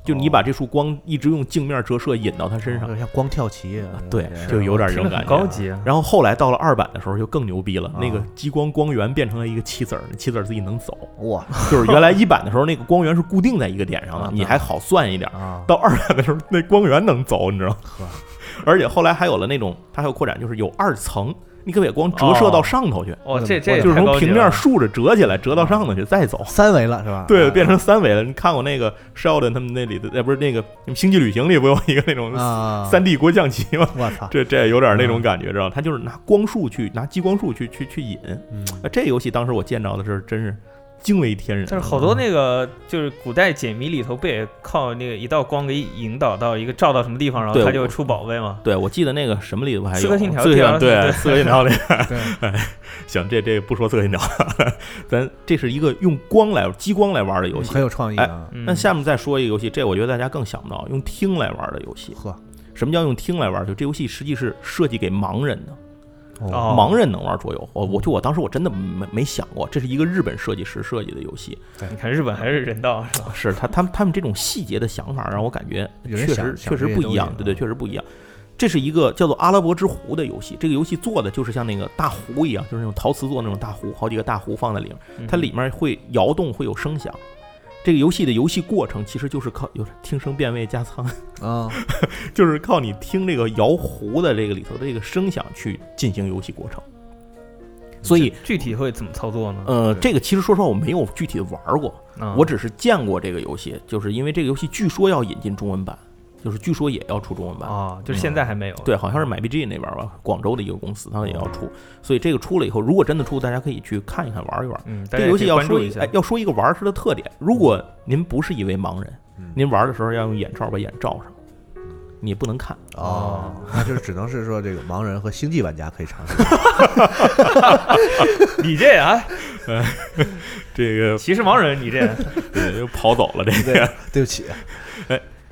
Speaker 3: 就
Speaker 1: 哦
Speaker 3: 你把这束光一直用镜面折射引到他身上，
Speaker 1: 有点哦像光跳棋啊
Speaker 3: 对
Speaker 1: 这，
Speaker 3: 就有点这
Speaker 2: 听
Speaker 3: 种
Speaker 2: 着 (laughs) 很
Speaker 3: 感觉。
Speaker 2: 高级啊。
Speaker 3: 然后后来到了二版的时候就更牛逼了，
Speaker 1: 啊
Speaker 3: 那个激光光源变成了一个棋子儿，那棋子儿自己能走。 (laughs)
Speaker 1: 哇
Speaker 3: 就是原来一版的时候，那个光源是固定在一个点上的
Speaker 1: 啊，
Speaker 3: 你还好算一点儿。
Speaker 1: 啊
Speaker 3: 到二版的时候，那光源能走，你知道吗
Speaker 1: 呵？
Speaker 3: (laughs) 而且后来还有了那种，它还有扩展，就是有二层，你可以把光折射到上头去，
Speaker 2: 哦，这这也
Speaker 3: 就是
Speaker 2: 太高
Speaker 3: 从
Speaker 2: 级
Speaker 3: 平面
Speaker 2: 了
Speaker 3: 竖着折起来，折到上头去再走。
Speaker 1: 三维了是吧？
Speaker 3: 对，
Speaker 1: 啊
Speaker 3: 变成三维了。你看过那个 Sheldon 他们那里的，哎，不是那个《你们星际旅行》里不有一个那种
Speaker 1: 啊
Speaker 3: 三 D 国象棋吗？
Speaker 1: 我操
Speaker 3: 这这有点那
Speaker 2: 嗯
Speaker 3: 种感觉，知道吗？他就是拿光束去拿激光束去去去引。
Speaker 1: 嗯
Speaker 3: 呃这游戏当时我见到的时候真是惊为天人。
Speaker 2: 但是好多那个就是古代解谜里头不也靠那个一道光给引导到一个照到什么地方，然后
Speaker 3: 对
Speaker 2: 它就
Speaker 3: 我
Speaker 2: 会出宝贝嘛？
Speaker 3: 对，我记得那个什么里头还有《
Speaker 2: 刺客信条
Speaker 3: 刺客信条
Speaker 2: 对
Speaker 3: 对，
Speaker 2: 对
Speaker 3: 刺客信
Speaker 2: (laughs)
Speaker 3: 条那个。
Speaker 1: 对
Speaker 3: 哎，行，这这不说刺客信条， (laughs) 咱这是一个用光来激光来玩的游戏哎
Speaker 1: 很。有创意啊
Speaker 2: 嗯
Speaker 3: 那下面再说一个游戏，这我觉得大家更想不到，用听来玩的游戏。
Speaker 1: 呵
Speaker 3: 什么叫用听来玩？就这游戏实际是设计给盲人的，
Speaker 2: 哦
Speaker 3: 盲人能玩桌游。我我就我当时我真的没没想过，这是一个日本设计师设计的游戏。
Speaker 2: 你看日本还是人道，是吧？
Speaker 3: 是他他们他们这种细节的想法，让我感觉
Speaker 1: 有人
Speaker 3: 确实
Speaker 1: 想
Speaker 3: 确
Speaker 1: 想
Speaker 3: 实
Speaker 1: 这些
Speaker 3: 不一样，
Speaker 1: 东西啊
Speaker 3: 对对，确实不一样。这是一个叫做《阿拉伯之湖》的游戏，这个游戏做的就是像那个大湖一样，就是那种陶瓷做的那种大湖，好几个大湖放在里面，
Speaker 1: 嗯
Speaker 3: 它
Speaker 2: 嗯
Speaker 3: 里面会摇动，会有声响。这个游戏的游戏过程其实就是靠有听声辨位加仓， (laughs)
Speaker 1: 啊
Speaker 3: 哦就是靠你听这个摇湖的这个里头的这个声响去进行游戏过程。所以，
Speaker 2: 具体会怎么操作呢？
Speaker 1: 嗯
Speaker 3: 呃，这个其实说实话我没有具体玩过，
Speaker 2: 啊
Speaker 3: 我只是见过这个游戏，就是因为这个游戏据说要引进中文版，就是据说也要出中文版。
Speaker 2: 啊，就是现在还没有。
Speaker 3: 嗯对，好像是买 BG 那边吧，广州的一个公司，他们也要
Speaker 2: 哦
Speaker 3: 出，所以这个出了以后，如果真的出，大家可以去看一看，玩一玩。
Speaker 2: 嗯，大家
Speaker 3: 这个
Speaker 2: 也
Speaker 3: 游
Speaker 2: 可
Speaker 3: 戏
Speaker 2: 以
Speaker 3: 要
Speaker 2: 关注
Speaker 3: 说
Speaker 2: 一
Speaker 3: 一
Speaker 2: 下
Speaker 3: 哎，，要说一个玩儿它的特点。如果您不是一位盲人，
Speaker 1: 嗯
Speaker 3: 您玩的时候要用眼罩把眼罩上，你不能看。
Speaker 1: 哦，
Speaker 3: 啊
Speaker 1: 那就是只能是说这个盲人和星际玩家可以尝试
Speaker 2: (laughs) 你这啊，(laughs)
Speaker 3: 这个
Speaker 2: 歧视盲人，你
Speaker 3: (laughs)
Speaker 2: 这
Speaker 3: 又跑走了，这
Speaker 1: 对对不起啊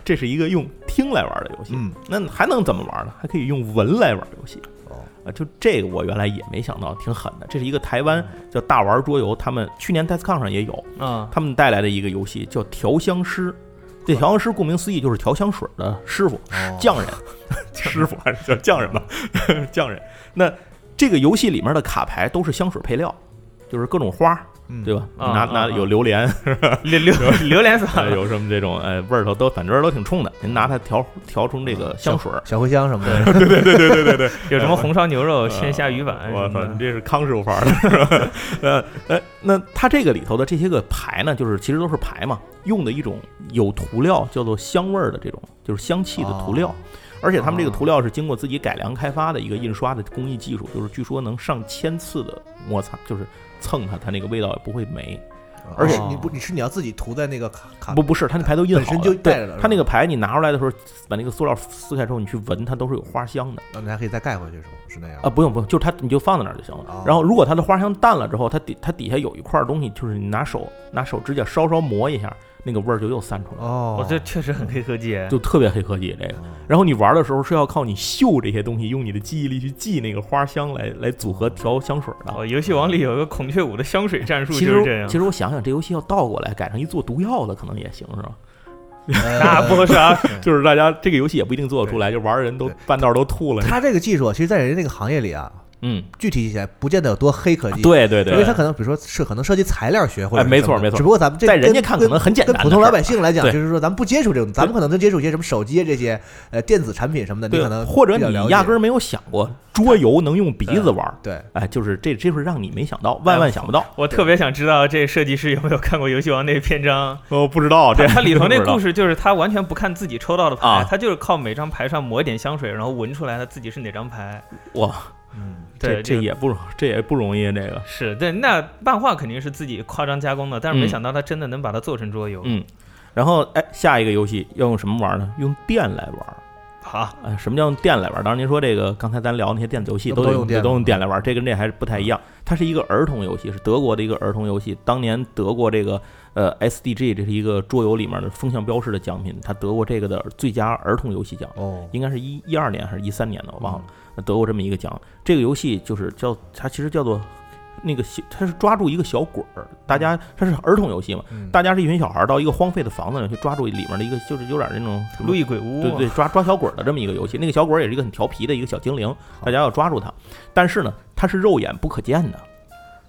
Speaker 3: 这是一个用听来玩儿的游戏。
Speaker 1: 嗯
Speaker 3: 那还能怎么玩呢？还可以用闻来玩儿游戏。
Speaker 1: 哦，
Speaker 3: 啊，就这个我原来也没想到，挺狠的。这是一个台湾叫大玩桌游，他们去年 DeskCon 上也有，
Speaker 2: 啊，
Speaker 3: 他们带来的一个游戏叫调香师。这调香师顾名思义就是调香水的师傅、
Speaker 1: 哦
Speaker 3: 匠 (laughs) 人，师傅还是叫匠人吧，匠人。那这个游戏里面的卡牌都是香水配料，就是各种花，
Speaker 1: 嗯
Speaker 3: 对吧？
Speaker 2: 啊
Speaker 3: 拿
Speaker 2: 啊
Speaker 3: 拿
Speaker 2: 啊
Speaker 3: 有榴莲，
Speaker 2: 榴
Speaker 3: (laughs)
Speaker 2: 榴榴莲散
Speaker 3: 呃 (laughs)
Speaker 2: 了，
Speaker 3: 有什么这种呃味儿头都，反正都挺冲的。您拿它调嗯调出这个香水儿，
Speaker 1: 小茴香什么的，
Speaker 2: 有什么红烧牛肉、鲜虾
Speaker 3: 呃
Speaker 2: 鱼板
Speaker 3: 我
Speaker 2: 什
Speaker 3: 操，你
Speaker 2: 么的，
Speaker 3: 这是康师傅范儿的，是吧？ (laughs) 呃呃，那它这个里头的这些个牌呢，就是其实都是牌嘛，用的一种有涂料叫做香味儿的这种，就是香气的涂料。
Speaker 1: 哦
Speaker 3: 而且他们这个涂料是经过自己改良开发的一个印刷的工艺技术，就是据说能上千次的摩擦，就是蹭它，它那个味道也不会没。而且
Speaker 1: 哦你不你是你要自己涂在那个卡卡
Speaker 3: 不不是，它那牌都印
Speaker 1: 啊本
Speaker 3: 好
Speaker 1: 身
Speaker 3: 了，
Speaker 1: 就带
Speaker 3: 对
Speaker 1: 着了，
Speaker 3: 它那
Speaker 1: 是
Speaker 3: 个
Speaker 1: 吧
Speaker 3: 牌你拿出来的时候，把那个塑料撕开之后，你去闻，它都是有花香的。
Speaker 1: 那你还可以再盖回去是吗？是那样
Speaker 3: 啊，不用不用，就是它你就放在那儿就行了
Speaker 1: 哦。
Speaker 3: 然后如果它的花香淡了之后，它底它底下有一块东西，就是你拿手拿手指甲稍稍磨一下，那个味儿就又散出来了，
Speaker 1: 哦，
Speaker 2: 我这确实很黑科技，
Speaker 3: 就特别黑科技这个。然后你玩的时候是要靠你嗅这些东西，用你的记忆力去记那个花香来来组合调香水的。
Speaker 2: 哦，游戏王里有一个孔雀舞的香水战术
Speaker 3: 其
Speaker 2: 就是这
Speaker 3: 实
Speaker 2: 样
Speaker 3: 其，实我想想，这游戏要倒过来改成一做毒药的，可能也行是吧？
Speaker 2: 那
Speaker 1: 呃
Speaker 2: 不合适啊，
Speaker 3: 就是大家这个游戏也不一定做得出来，就玩的人都
Speaker 1: 对
Speaker 3: 半道都吐了。
Speaker 1: 他这个技术，其实，在人这个行业里啊，
Speaker 3: 嗯，
Speaker 1: 具体起来不见得有多黑科技，，
Speaker 3: 对对
Speaker 1: 因为
Speaker 3: 对
Speaker 1: 他，可能比如说是可能涉及材料学或者
Speaker 3: 哎没
Speaker 1: 什么
Speaker 3: 错
Speaker 1: 的
Speaker 3: 没错
Speaker 1: 只不过咱们这
Speaker 3: 在人家
Speaker 1: 跟
Speaker 3: 看可能很简单
Speaker 1: 跟
Speaker 3: 的事
Speaker 1: 普
Speaker 3: 儿，
Speaker 1: 通老百姓来讲，
Speaker 3: 对
Speaker 1: 就是说咱们不接触这种，咱们可能就接触一些什么手机啊这些呃电子产品什么的，你可
Speaker 3: 对，
Speaker 1: 能
Speaker 3: 或者
Speaker 1: 比较了
Speaker 3: 你
Speaker 1: 解
Speaker 3: 压根儿没有想过桌游能用鼻子玩儿。
Speaker 1: 对
Speaker 3: 哎，就是这，这是让你没想到，万万想不到。
Speaker 2: 我特别想知道这设计师有没有看过游戏王那篇章。啊
Speaker 3: 哦，不知道 (laughs)
Speaker 2: 它它里头那故
Speaker 3: 事
Speaker 2: 事就是他完全不看自己抽到的牌
Speaker 3: 啊，
Speaker 2: 他就是靠每张牌上抹一点香水，然后闻出来他自己是哪张牌。
Speaker 3: 哇，
Speaker 1: 嗯
Speaker 3: 这
Speaker 2: 对，
Speaker 3: 这
Speaker 2: 就
Speaker 3: 也不容这也不容易，这个
Speaker 2: 是对。那漫画肯定是自己夸张加工的，但是没
Speaker 3: 嗯
Speaker 2: 想到他真的能把它做成桌游。
Speaker 3: 嗯。然后哎，下一个游戏要用什么玩呢？用电来玩儿。
Speaker 2: 好，
Speaker 3: 哎，什么叫用电来玩儿？当然，您说这个刚才咱聊那些电子游戏
Speaker 1: 那不都
Speaker 3: 得
Speaker 1: 用电嗯
Speaker 3: 都
Speaker 1: 吗
Speaker 3: 用电来玩儿，这跟这还是不太一样。它是一个儿童游戏，是德国的一个儿童游戏。当年德国这个呃 SDG 这是一个桌游里面的风向标式的奖品，它得过这个的最佳儿童游戏奖。
Speaker 1: 哦
Speaker 3: 应该是一一二年还是一三年的，我忘
Speaker 1: 嗯
Speaker 3: 了。那德国这么一个奖，这个游戏就是叫它其实叫做那个小，它是抓住一个小鬼儿，大家它是儿童游戏嘛，
Speaker 1: 嗯
Speaker 3: 大家是一群小孩儿到一个荒废的房子里去抓住里面的一个，就是有点那种什么
Speaker 2: 路易鬼屋，啊
Speaker 3: 对对，抓抓小鬼儿的这么一个游戏。那个小鬼儿也是一个很调皮的一个小精灵，大家要抓住他。但是呢，它是肉眼不可见的，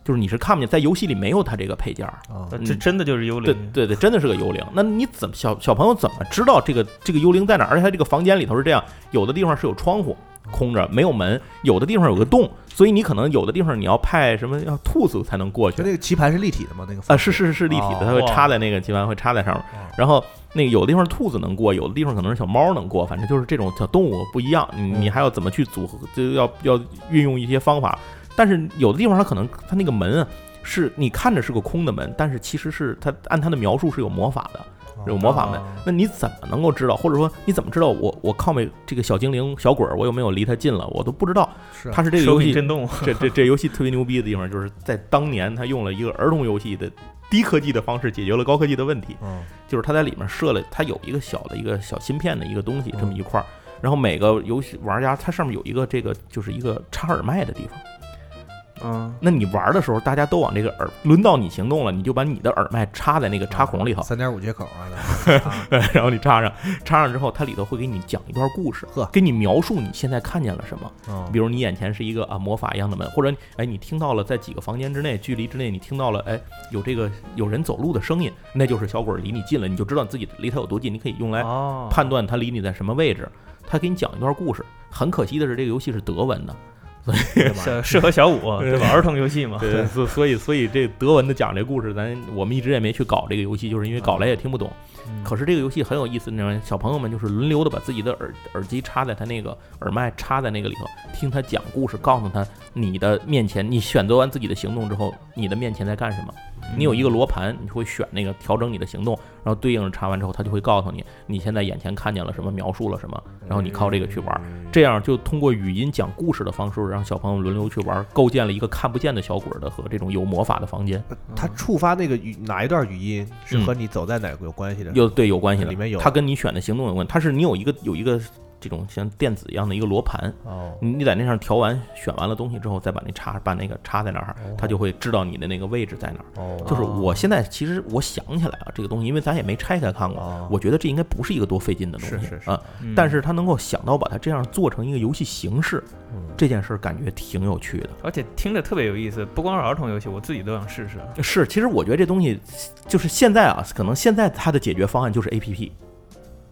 Speaker 3: 就是你是看不见，在游戏里没有它这个配件儿。
Speaker 1: 哦
Speaker 2: 啊这真的就是幽
Speaker 3: 嗯对
Speaker 2: 灵。
Speaker 3: 对对，真的是个幽灵。那你怎么小小朋友怎么知道这个这个幽灵在哪儿？而且它这个房间里头是这样，有的地方是有窗户空着，没有门；有的地方有个洞，所以你可能有的地方你要派什么要兔子才能过去
Speaker 1: 就。那个棋盘是立体的吗？那个
Speaker 3: 啊，是是是立体的，它会
Speaker 2: 哦
Speaker 3: 插在那个棋盘，会插在上面
Speaker 1: 哦。
Speaker 3: 然后那个有的地方兔子能过，有的地方可能是小猫能过，反正就是这种小动物不一样，你你
Speaker 1: 嗯
Speaker 3: 还要怎么去组合，就要要运用一些方法。但是有的地方它可能它那个门啊，是你看着是个空的门，但是其实是它按它的描述是有魔法的，是有魔法门
Speaker 2: 哦。
Speaker 3: 那你怎么能够知道，或者说你怎么知道我我靠没这个小精灵小鬼儿我有没有离它近了，我都不知道。
Speaker 1: 是
Speaker 3: 它是这个
Speaker 2: 手
Speaker 3: 游
Speaker 2: 柄
Speaker 3: 戏
Speaker 2: 震
Speaker 3: (laughs)
Speaker 2: 动，
Speaker 3: 这这这游戏特别牛逼的地方，就是在当年他用了一个儿童游戏的低科技的方式解决了高科技的问题，
Speaker 1: 嗯
Speaker 3: 就是他在里面设了，它有一个小的一个小芯片的一个东西
Speaker 1: 嗯
Speaker 3: 这么一块儿，然后每个游戏玩家它上面有一个这个就是一个插耳麦的地方，
Speaker 2: 嗯，
Speaker 3: 那你玩的时候大家都往这个耳，轮到你行动了，你就把你的耳麦插在那个插孔里头， (laughs)
Speaker 1: 三点五接口啊，啊
Speaker 3: 然后你插上，插上之后它里头会给你讲一段故事
Speaker 1: 呵，
Speaker 3: 给你描述你现在看见了什么。
Speaker 1: 嗯
Speaker 3: (laughs) 比如你眼前是一个啊魔法一样的门，或者你哎你听到了在几个房间之内距离之内你听到了哎有这个有人走路的声音，那就是小鬼儿离你近了，你就知道自己离他有多近，你可以用来
Speaker 2: 哦，
Speaker 3: 判断他离你在什么位置。他给你讲一段故事，很可惜的是这个游戏是德文的，
Speaker 1: 嗯
Speaker 2: 小适合小
Speaker 3: (laughs)
Speaker 2: 五对吧？儿童游戏嘛，
Speaker 3: 对，所所以所以这德文的讲这故事，咱我们一直也没去搞这个游戏，就是因为搞来也听不懂。可是这个游戏很有意思，那种小朋友们就是轮流的把自己的耳耳机插在他那个耳麦插在那个里头，听他讲故事，告诉他你的面前，你选择完自己的行动之后，你的面前在干什么。你有一个罗盘，你会选那个调整你的行动，然后对应着插完之后，他就会告诉你你现在眼前看见了什么，描述了什么，然后你靠这个去玩。
Speaker 1: 嗯
Speaker 3: 这样就通过语音讲故事的方式，让小朋友轮流去玩，构建了一个看不见的小鬼儿的和这种有魔法的房间，
Speaker 1: 呃它触发那个语哪一段语音是和你走在哪个有关系的？
Speaker 3: 嗯有对有关系的。
Speaker 1: 里面有
Speaker 3: 它跟你选的行动有关，它是你有一个有一个这种像电子一样的一个罗盘，
Speaker 1: 哦，
Speaker 3: 你你在那上调完选完了东西之后，再把那插把那个插在那儿
Speaker 1: 哦，
Speaker 3: 它就会知道你的那个位置在哪儿。
Speaker 1: 哦，
Speaker 3: 就是我现在其实我想起来了这个东西，因为咱也没拆开看过，
Speaker 1: 哦，
Speaker 3: 我觉得这应该不是一个多费劲的东西
Speaker 1: 是是是
Speaker 3: 啊。
Speaker 2: 嗯
Speaker 3: 但是他能够想到把它这样做成一个游戏形式，
Speaker 1: 嗯
Speaker 3: 这件事儿感觉挺有趣的。
Speaker 2: 而且听着特别有意思，不光是儿童游戏，我自己都
Speaker 3: 嗯
Speaker 2: 想试试。
Speaker 3: 是，其实我觉得这东西就是现在啊，可能现在它的解决方案就是 A P P，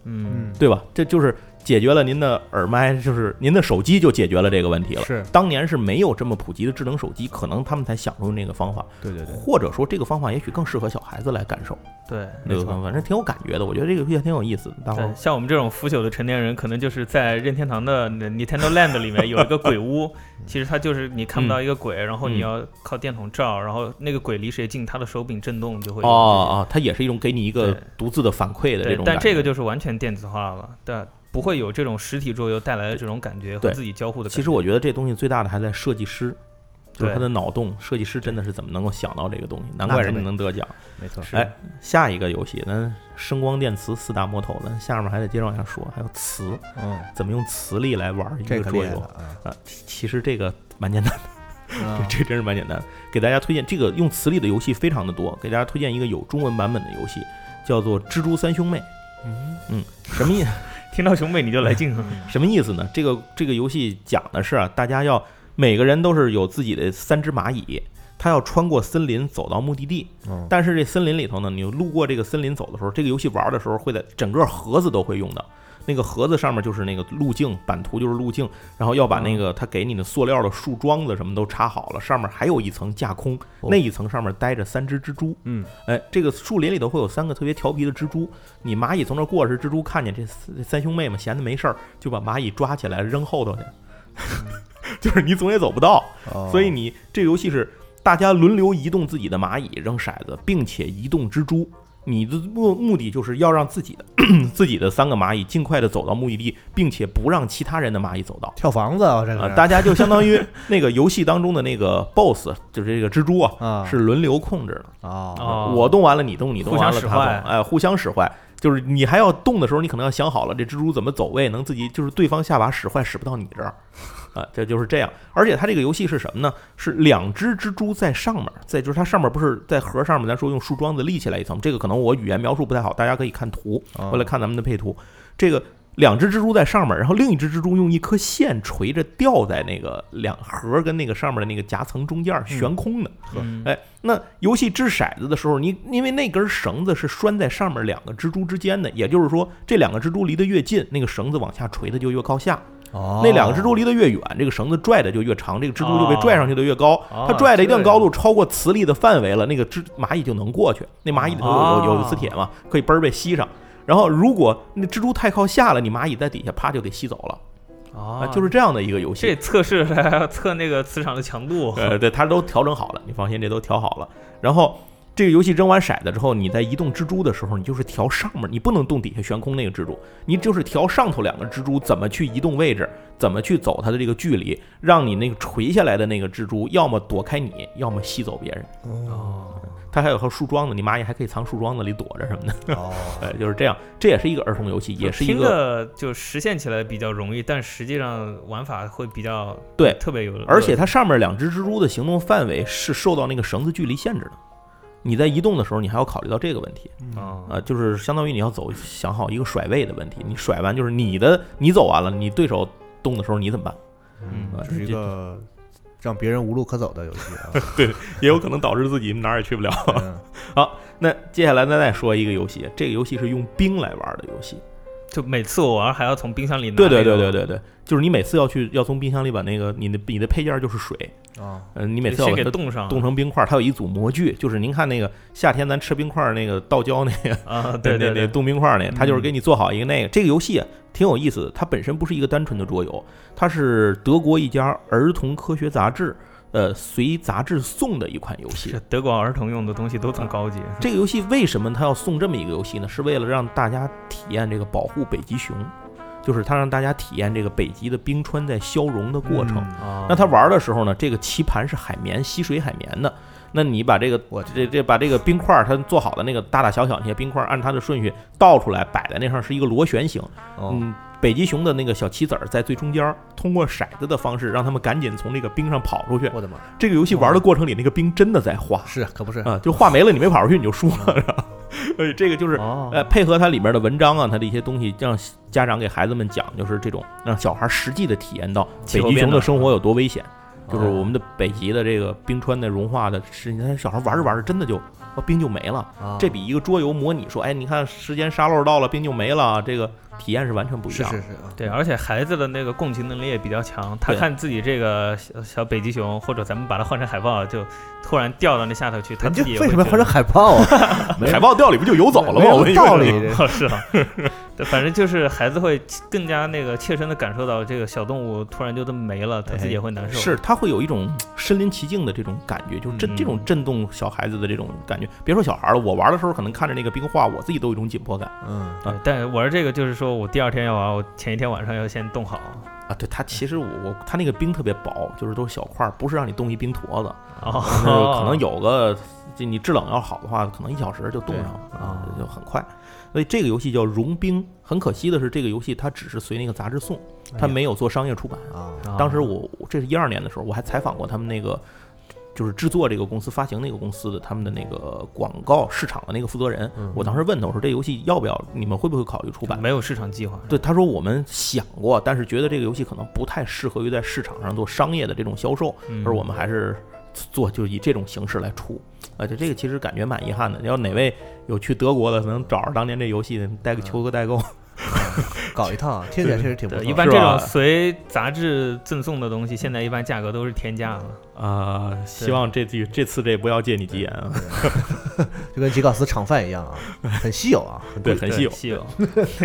Speaker 2: 嗯，
Speaker 1: 嗯，
Speaker 3: 对吧？这就是解决了您的耳麦，就是您的手机就解决了这个问题了。
Speaker 1: 是，
Speaker 3: 当年是没有这么普及的智能手机，可能他们才想出那个方法，
Speaker 1: 对对对，
Speaker 3: 或者说这个方法也许更适合小孩子来感受。
Speaker 2: 对。
Speaker 3: 对吧，反正挺有感觉的，我觉得这个游戏还挺有意思的。大伙
Speaker 2: 对
Speaker 3: 儿，
Speaker 2: 像我们这种腐朽的成年人，可能就是在任天堂的 Nintendo Land 里面有一个鬼屋，
Speaker 3: (laughs)
Speaker 2: 其实它就是你
Speaker 3: 嗯
Speaker 2: 看不到一个鬼，然后你要靠电筒照，然后那个鬼离谁近，他的手柄震动就会有
Speaker 3: 哦哦，它也是一种给你一个
Speaker 2: 对
Speaker 3: 独自的反馈的这
Speaker 2: 对
Speaker 3: 种，
Speaker 2: 但
Speaker 3: 感觉。
Speaker 2: 这个就是完全电子化了，但不会有这种实体桌游带来的这种感觉和
Speaker 3: 对
Speaker 2: 自己交互的感觉。
Speaker 3: 其实我觉得这东西最大的还在设计师，就是
Speaker 2: 对
Speaker 3: 他的脑洞。设计师真的是怎么能够想到这个东西？难怪
Speaker 1: 那
Speaker 3: 人家
Speaker 1: 可不
Speaker 3: 能得奖。
Speaker 1: 没错，
Speaker 3: 哎，下一个游戏，咱声光电磁四大魔头，咱下面还得接着往下说，还有磁
Speaker 1: 嗯，
Speaker 3: 怎么用磁力来玩一
Speaker 1: 这
Speaker 3: 个
Speaker 1: 个
Speaker 3: 桌
Speaker 1: 厉害
Speaker 3: 游
Speaker 1: 了啊
Speaker 3: 啊？其其实这个蛮简单 (laughs) 的，
Speaker 1: 啊，
Speaker 3: 这真是蛮简单的。给大家推荐这个用磁力的游戏非常的多，给大家推荐一个有中文版本的游戏，叫做《蜘蛛三兄妹》。
Speaker 1: 嗯
Speaker 3: 什么意
Speaker 2: 听到熊妹你就来劲了，
Speaker 3: 什么意思呢？这个这个游戏讲的是啊，大家要每个人都是有自己的三只蚂蚁，他要穿过森林走到目的地。
Speaker 1: 嗯，
Speaker 3: 但是这森林里头呢，你路过这个森林走的时候，这个游戏玩的时候会在整个盒子都会用到。那个盒子上面就是那个路径版图，就是路径，然后要把那个他给你的塑料的树桩子什么都插好了，上面还有一层架空，
Speaker 1: 哦
Speaker 3: 那一层上面待着三只蜘蛛。
Speaker 1: 嗯，
Speaker 3: 哎，这个树林里头会有三个特别调皮的蜘蛛，你蚂蚁从那儿过时，蜘蛛看见这四这三兄妹嘛，闲的没事儿就把蚂蚁抓起来扔后头去， (laughs)
Speaker 1: 嗯
Speaker 3: 就是你总也走不到。
Speaker 1: 哦
Speaker 3: 所以你这个游戏是大家轮流移动自己的蚂蚁扔骰子，并且移动蜘蛛。你的目目的就是要让自己的 (clears throat) 自己的三个蚂蚁尽快的走到目的地，并且不让其他人的蚂
Speaker 1: (laughs)
Speaker 3: 蚁走到。
Speaker 1: 跳房子啊，这
Speaker 3: 啊、
Speaker 1: 个
Speaker 3: 大家就相当于那个游戏当中的那个 BOSS，就是这个蜘蛛
Speaker 1: (laughs)
Speaker 3: 啊，
Speaker 1: 啊
Speaker 3: 是轮流控制的。
Speaker 1: 啊，
Speaker 2: 哦
Speaker 3: 我动完了你动，你动
Speaker 2: 互相
Speaker 3: 完了
Speaker 2: 使
Speaker 3: 他动
Speaker 2: 坏，
Speaker 3: 哎，互相使坏。就是你还要动的时候，你可能要想好了，这蜘蛛怎么走位，能自己就是对方下把使坏使不到你这儿，啊，这就是这样。而且它这个游戏是什么呢？是两只蜘蛛在上面，在就是它上面不是在盒上面，咱说用树桩子立起来一层，这个可能我语言描述不太好，大家可以看图
Speaker 1: 啊
Speaker 2: 啊
Speaker 3: 或者看咱们的配图。这个两只蜘蛛在上面，然后另一只蜘蛛用一颗线垂着吊在那个两盒跟那个上面的那个夹层中间悬空的，
Speaker 2: 嗯
Speaker 3: 哎，那游戏掷骰子的时候，你因为那根绳子是拴在上面两个蜘蛛之间的，也就是说，这两个蜘蛛离得越近，那个绳子往下垂的就越靠下；
Speaker 1: 哦
Speaker 3: 那两个蜘蛛离得越远，这个绳子拽的就越长，这个蜘蛛就被拽上去的越高。
Speaker 2: 哦
Speaker 3: 它拽了一定高度，超过磁力的范围了，那个蜘蚂蚁就能过去。那蚂蚁里头有有有磁铁嘛，可以嘣儿被吸上。然后如果那蜘蛛太靠下了，你蚂蚁在底下啪就给吸走了啊，
Speaker 2: 啊
Speaker 3: 就是这样的一个游戏。
Speaker 2: 这测试还要 (laughs) 测那个磁场的强度，
Speaker 3: 呃，对，它都调整好了，你放心，这都调好了。然后这个游戏扔完骰子之后，你在移动蜘蛛的时候，你就是调上面，你不能动底下悬空那个蜘蛛，你就是调上头两个蜘蛛怎么去移动位置，怎么去走它的这个距离，让你那个垂下来的那个蜘蛛要么躲开你，要么吸走别人。
Speaker 1: 嗯
Speaker 2: 哦，
Speaker 3: 它还有和树桩子，你蚂蚁还可以藏树桩子里躲着什么的。 (laughs)
Speaker 1: 哦，
Speaker 3: 呃，就是这样，这也是一个儿童游戏，也是一
Speaker 2: 听
Speaker 3: 个。
Speaker 2: 着就实现起来比较容易，但实际上玩法会比较
Speaker 3: 对
Speaker 2: 特别有，
Speaker 3: 而且它上面两只蜘蛛的行动范围是受到那个绳子距离限制的，你在移动的时候，你还要考虑到这个问题。
Speaker 2: 啊
Speaker 3: 呃，就是相当于你要走，想好一个甩位的问题。你甩完就是你的，你走完了，你对手动的时候你怎么办？ (laughs)
Speaker 1: 嗯
Speaker 3: 啊
Speaker 1: 这是一
Speaker 3: 这
Speaker 1: 个让别人无路可走的游戏
Speaker 3: (laughs)
Speaker 1: 啊，
Speaker 3: 也有可能导致自己哪儿也去不了。
Speaker 1: 嗯
Speaker 3: 那接下来咱再说一个游戏，这个游戏是用冰来玩的游戏。
Speaker 2: 就每次我玩还要从冰箱里拿
Speaker 3: 对对
Speaker 2: 那
Speaker 3: 对
Speaker 2: 个
Speaker 3: 对对对，就是你每次要去要从冰箱里把那个你的你的配件就是水，
Speaker 1: 啊，
Speaker 3: 嗯、你每次要
Speaker 2: 先
Speaker 3: 把
Speaker 2: 给
Speaker 3: 它
Speaker 2: 冻上
Speaker 3: 冻成冰块儿。它有一组模具，就是您看那个夏天咱吃冰块儿那个倒胶那个
Speaker 2: 啊，对
Speaker 3: 那
Speaker 2: 对
Speaker 3: 那
Speaker 2: 对，
Speaker 3: 冻冰块儿那，它就是
Speaker 2: 嗯
Speaker 3: 给你做好一个那个。这个游戏啊挺有意思的，它本身不是一个单纯的桌游，它是德国一家儿童科学杂志，呃，随杂志送的一款游戏
Speaker 2: 是。德国儿童用的东西都这么高级，
Speaker 3: 这个游戏为什么它要送这么一个游戏呢？是为了让大家体验这个保护北极熊，就是它让大家体验这个北极的冰川在消融的过程。
Speaker 1: 嗯
Speaker 2: 那
Speaker 3: 那他玩的时候呢，这个棋盘是海绵吸水海绵的，那你把这个
Speaker 1: 我
Speaker 3: 这这把这个冰块儿它做好的那个大大小小那些冰块儿，按它的顺序倒出来摆在那上，是一个螺旋形。
Speaker 1: 哦，
Speaker 3: 嗯，北极熊的那个小棋子儿在最中间儿，通过骰子的方式让他们赶紧从这个冰上跑出去。
Speaker 1: 我的妈，
Speaker 3: 这个游戏玩的过程里，那个冰真的在化
Speaker 1: 是可不是，
Speaker 3: 啊，就化没了，你没跑出去你就输了。 (laughs) 是吧所以这个就是
Speaker 2: 哦
Speaker 3: 呃，配合它里面的文章啊，它的一些东西，让家长给孩子们讲，就是这种让小孩实际的体验到
Speaker 2: 气
Speaker 3: 北
Speaker 2: 候
Speaker 3: 极
Speaker 2: 变
Speaker 3: 熊
Speaker 2: 暖
Speaker 3: 的生活有多危险，就是
Speaker 1: 哦
Speaker 3: 我们的北极的这个冰川的融化的事情，哎但是小孩玩着玩着真的就哦冰就没了，
Speaker 1: 啊
Speaker 3: 这比一个桌游模拟说，哎，你看时间沙漏到了，冰就没了，这个体验是完全不一
Speaker 1: 是
Speaker 3: 样的。
Speaker 1: 是是啊，
Speaker 2: 对，而且孩子的那个共情能力也比较强，他
Speaker 3: 嗯对
Speaker 2: 看自己这个小小北极熊，或者咱们把它换成海豹，就突然掉到那下头去，他
Speaker 1: 你就
Speaker 2: 自己也
Speaker 1: 为
Speaker 2: 会
Speaker 1: 什么要
Speaker 2: 觉
Speaker 1: 换成
Speaker 2: 得
Speaker 1: 海豹啊？
Speaker 3: (laughs)
Speaker 1: 没
Speaker 3: 海豹掉里不就游走了吗？
Speaker 1: 没有
Speaker 3: 我跟你
Speaker 1: 道
Speaker 3: 说，
Speaker 1: 理
Speaker 3: 这个
Speaker 1: 这
Speaker 2: 哦，是
Speaker 3: (laughs)
Speaker 2: 啊，对，反正就是孩子会更加那个切身的感受到这个小动物突然就这么没了，他自己也会难受。
Speaker 3: 哎是它会有一种身临其境的这种感觉，就是这
Speaker 2: 嗯
Speaker 3: 这种震动小孩子的这种感觉。别说小孩了，我玩的时候可能看着那个冰化，我自己都有一种紧迫感
Speaker 1: 嗯，
Speaker 3: 啊
Speaker 2: 对，但是玩这个就是说我第二天要玩，我前一天晚上要先冻好
Speaker 3: 啊。对它其实我我它那个冰特别薄，就是都是小块儿，不是让你冻一冰
Speaker 1: (laughs)
Speaker 3: 坨子，
Speaker 2: 哦
Speaker 3: 那，
Speaker 1: 啊
Speaker 3: 可能有个就你制冷要好的话，可能一小时就冻上了
Speaker 1: 对啊
Speaker 3: 就很快。所以这个游戏叫融冰，很可惜的是，这个游戏它只是随那个杂志送，它没有做商业出版。
Speaker 1: 哎啊，
Speaker 2: 啊
Speaker 3: 当时我我这是一二年的时候，我还采访过他们那个就是制作这个公司、发行那个公司的他们的那个广告市场的那个负责人
Speaker 1: 嗯。
Speaker 3: 我当时问他，我说这游戏要不要？你们会不会考虑出版？
Speaker 2: 没有市场计划，
Speaker 3: 对，他说我们想过，但是觉得这个游戏可能不太适合于在市场上做商业的这种销售，
Speaker 2: 嗯
Speaker 3: 而我们还是做就以这种形式来出。啊，就这个其实感觉蛮遗憾的。要哪位有去德国的，能找着当年这游戏代个求个代购，
Speaker 1: 搞一趟，听起来确实挺不
Speaker 2: 对，
Speaker 1: 错。
Speaker 2: 一般
Speaker 3: 是
Speaker 2: 这
Speaker 3: 吧
Speaker 2: 种随杂志赠送的东西，现在一般价格都是天价了。
Speaker 3: (laughs) 啊，希望这句这次这不要借你吉言啊。
Speaker 1: 就跟吉考斯炒饭一样啊，很稀有啊。很
Speaker 3: (laughs) 对，
Speaker 1: 贵
Speaker 3: 很
Speaker 2: 对
Speaker 3: 稀有。
Speaker 2: 稀有，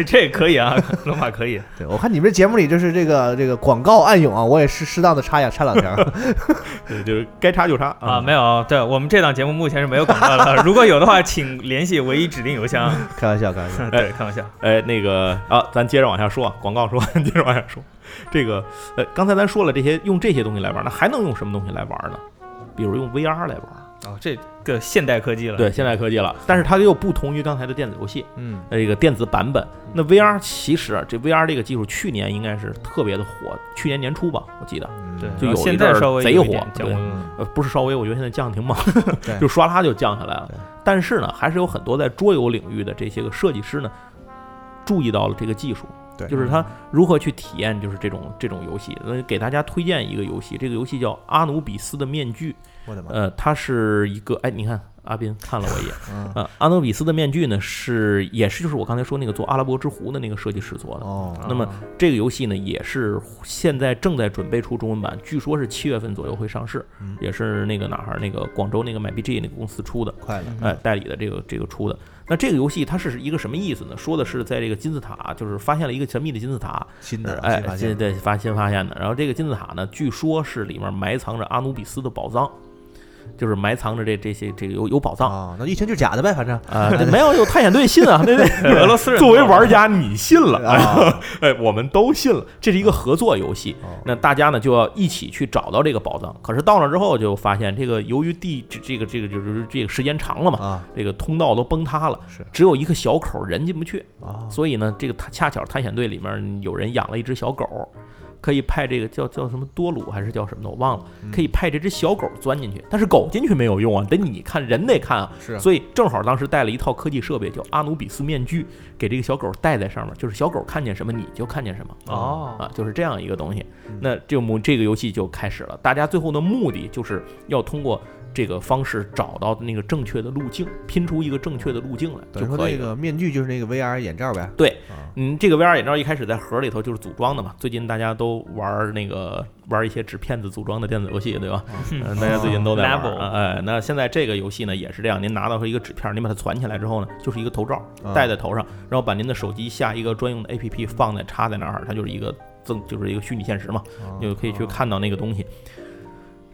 Speaker 2: 这可以
Speaker 3: (laughs)
Speaker 2: 啊，罗马可以。
Speaker 1: 对，我看你们这节目里就是这个这个广告暗涌啊，我也是适当的插一下，插两条。
Speaker 3: (laughs) 对，就是该插就插
Speaker 2: 啊，没有，对我们这档节目目前是没有广告的，如果有的
Speaker 3: (laughs)
Speaker 2: 话，请联系唯一指定邮箱。
Speaker 1: 开玩笑，开玩笑。
Speaker 2: 对，开玩笑。
Speaker 3: 哎，那个啊，咱接着往下说，啊，广告说， (laughs) 接着往下说。这个呃，刚才咱说了这些，用这些东西来玩，那还能用什么东西来玩呢？比如用 VR 来玩，
Speaker 2: 哦，这个现代科技了。
Speaker 3: 对，现代科技了，但是它又不同于刚才的电子游戏，
Speaker 1: 嗯，
Speaker 3: 那个电子版本。那 VR 其实啊这 VR 这个技术去年应该是特别的火，去年年初吧，我记得，
Speaker 1: 嗯
Speaker 2: 对，
Speaker 3: 就有
Speaker 2: 然后
Speaker 3: 一
Speaker 2: 现
Speaker 3: 阵
Speaker 2: 在
Speaker 3: 儿
Speaker 2: 稍微
Speaker 3: 贼
Speaker 2: 有一
Speaker 3: 火
Speaker 2: 点降
Speaker 3: 对
Speaker 2: 温了。
Speaker 3: 呃，不是稍微，我觉得现在降得挺猛
Speaker 1: 对，
Speaker 3: (laughs) 就唰啦就降下来了
Speaker 1: 对。
Speaker 3: 但是呢，还是有很多在桌游领域的这些个设计师呢，注意到了这个技术，
Speaker 1: 对
Speaker 3: 就是他如何去体验就是这种这种游戏。那给大家推荐一个游戏，这个游戏叫《阿努比斯的面具》，
Speaker 1: 我的妈，
Speaker 3: 呃，它是一个，哎，你看阿斌看了我一眼，
Speaker 1: 嗯，
Speaker 3: 呃，阿努比斯的面具呢是也是就是我刚才说那个做阿拉伯之狐的那个设计师做的。
Speaker 4: 嗯
Speaker 1: 哦，
Speaker 3: 那么
Speaker 2: 啊
Speaker 3: 这个游戏呢，也是现在正在准备出中文版，据说是七月份左右会上市，
Speaker 1: 嗯
Speaker 3: 也是那个哪儿那个广州那个买 BG 那个公司出的，
Speaker 1: 快了，
Speaker 3: 哎、代理的这个这个出的。那这个游戏它是一个什么意思呢？说的是在这个金字塔，就是发现了一个神秘的金字塔，
Speaker 1: 新
Speaker 3: 呃
Speaker 1: 的，啊
Speaker 3: 哎
Speaker 1: 新发，
Speaker 3: 现
Speaker 1: 现，
Speaker 3: 在发新发现的。然后这个金字塔呢，据说是里面埋藏着阿努比斯的宝藏，就是埋藏着这这些这个有有宝藏。
Speaker 1: 哦，那一听就是假的呗，反正
Speaker 3: 啊、
Speaker 1: (laughs)
Speaker 3: 没有有探险队信啊，那 (laughs) 那
Speaker 2: 俄罗斯人
Speaker 3: 作为玩家你信了，
Speaker 1: 啊，
Speaker 3: 哎，我们都信了，这是一个合作游戏。
Speaker 1: 哦
Speaker 3: 那大家呢就要一起去找到这个宝藏。可是到那之后就发现，这个由于地这这个这个就是这个时间长了嘛，
Speaker 1: 啊，
Speaker 3: 这个通道都崩塌了，
Speaker 1: 是
Speaker 3: 只有一个小口人进不去。
Speaker 1: 啊，
Speaker 3: 所以呢，这个他恰巧探险队里面有人养了一只小狗，可以派这个叫叫什么多鲁还是叫什么的我忘了，
Speaker 1: 嗯
Speaker 3: 可以派这只小狗钻进去。但是狗进去没有用啊，得你看人得看啊。
Speaker 1: 是啊
Speaker 3: 所以正好当时带了一套科技设备，叫阿努比斯面具，给这个小狗戴在上面，就是小狗看见什么你就看见什么。
Speaker 2: 哦，
Speaker 3: 啊，就是这样一个东西
Speaker 1: 嗯。
Speaker 3: 那这幕这个游戏就开始了，大家最后的目的就是要通过这个方式找到那个正确的路径，拼出一个正确的路径来
Speaker 1: 等于
Speaker 3: 就
Speaker 1: 说
Speaker 3: 可以
Speaker 1: 那
Speaker 3: 了。
Speaker 1: 个面具就是那个 VR 眼罩呗，
Speaker 3: 对
Speaker 1: 啊，
Speaker 3: 嗯，这个 VR 眼罩一开始在盒里头就是组装的嘛，最近大家都玩那个玩一些纸片子组装的电子游戏，对吧？嗯，大家最近都在玩
Speaker 2: Level
Speaker 3: 啊。哎，那现在这个游戏呢也是这样，您拿到一个纸片，您把它攒起来之后呢，就是一个头罩，
Speaker 1: 啊
Speaker 3: 戴在头上，然后把您的手机下一个专用的 APP 放在插在那儿，它就是一个增就是一个虚拟现实嘛。
Speaker 1: 啊
Speaker 3: 就可以去看到那个东西。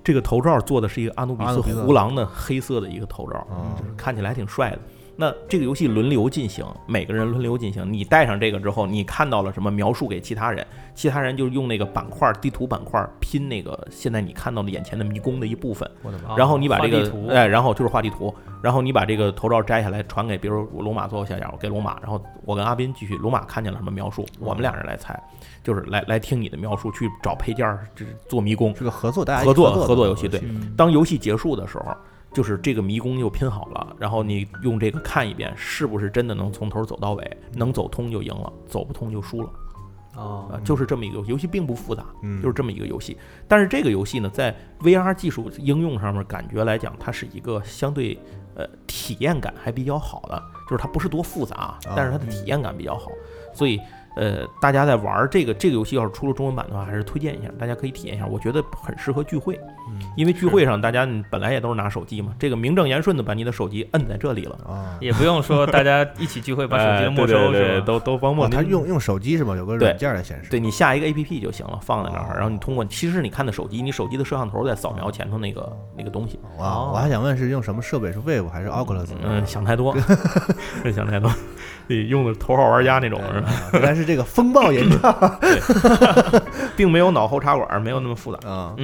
Speaker 3: 这个头罩做的是一个阿努比
Speaker 1: 阿
Speaker 3: 斯
Speaker 1: 努比斯
Speaker 3: 胡狼的黑色的一个头罩，
Speaker 1: 哦
Speaker 3: 嗯就是看起来还挺帅的。那这个游戏轮流进行，每个人轮流进行。你带上这个之后，你看到了什么描述给其他人，其他人就用那个板块地图板块拼那个现在你看到的眼前的迷宫的一部分。
Speaker 1: 我的妈！
Speaker 3: 然后你把这
Speaker 2: 画
Speaker 3: 个
Speaker 2: 地图
Speaker 3: 哎，然后就是画地图，然后你把这个头罩摘下来传给，比如我龙马做小角，我给龙马，然后我跟阿斌继续，龙马看见了什么描述，我们俩人来猜，就是来来听你的描述，去找配件儿，这做迷宫。
Speaker 1: 是个合作，大家一起
Speaker 3: 合作
Speaker 1: 合
Speaker 3: 合作游戏对
Speaker 2: 嗯
Speaker 3: 当游戏结束的时候，就是这个迷宫又拼好了，然后你用这个看一遍，是不是真的能从头走到尾，能走通就赢了，走不通就输了啊、
Speaker 2: 哦，
Speaker 3: 就是这么一个游戏游戏，并不复杂，
Speaker 1: 嗯，
Speaker 3: 就是这么一个游戏。但是这个游戏呢，在 VR 技术应用上面，感觉来讲，它是一个相对呃体验感还比较好的，就是它不是多复杂啊，但是它的体验感比较好，所以。呃，大家在玩儿这个这个游戏，要是出了中文版的话，还是推荐一下，大家可以体验一下。我觉得很适合聚会，
Speaker 1: 嗯
Speaker 3: 因为聚会上大家嗯本来也都是拿手机嘛，这个名正言顺的把你的手机摁在这里了，
Speaker 1: 啊，
Speaker 2: 也不用说大家一起聚
Speaker 3: (laughs)
Speaker 2: 会把手机
Speaker 3: 哎
Speaker 2: 都没
Speaker 3: 对
Speaker 2: 收
Speaker 3: 对对
Speaker 2: 是吧？
Speaker 3: 都都帮
Speaker 1: 哦，
Speaker 3: 我
Speaker 1: 他用用手机是吧？有个
Speaker 3: 对
Speaker 1: 软件来显示。
Speaker 3: 对你下一个 A P P 就行了，放在那儿，
Speaker 1: 哦
Speaker 3: 然后你通过，其实你看的手机，你手机的摄像头在扫描前头那个那个东西。
Speaker 1: 哇，
Speaker 2: 哦
Speaker 1: 我还想问是用什么设备？是 Wave 还是 Oculus？
Speaker 3: 嗯，想太 (laughs) 多，想太多，你用的头号玩家那种是吧？
Speaker 1: 啊原来是这个风暴演唱
Speaker 3: (laughs) 并没有脑后插管，没有那么复杂。
Speaker 1: 啊，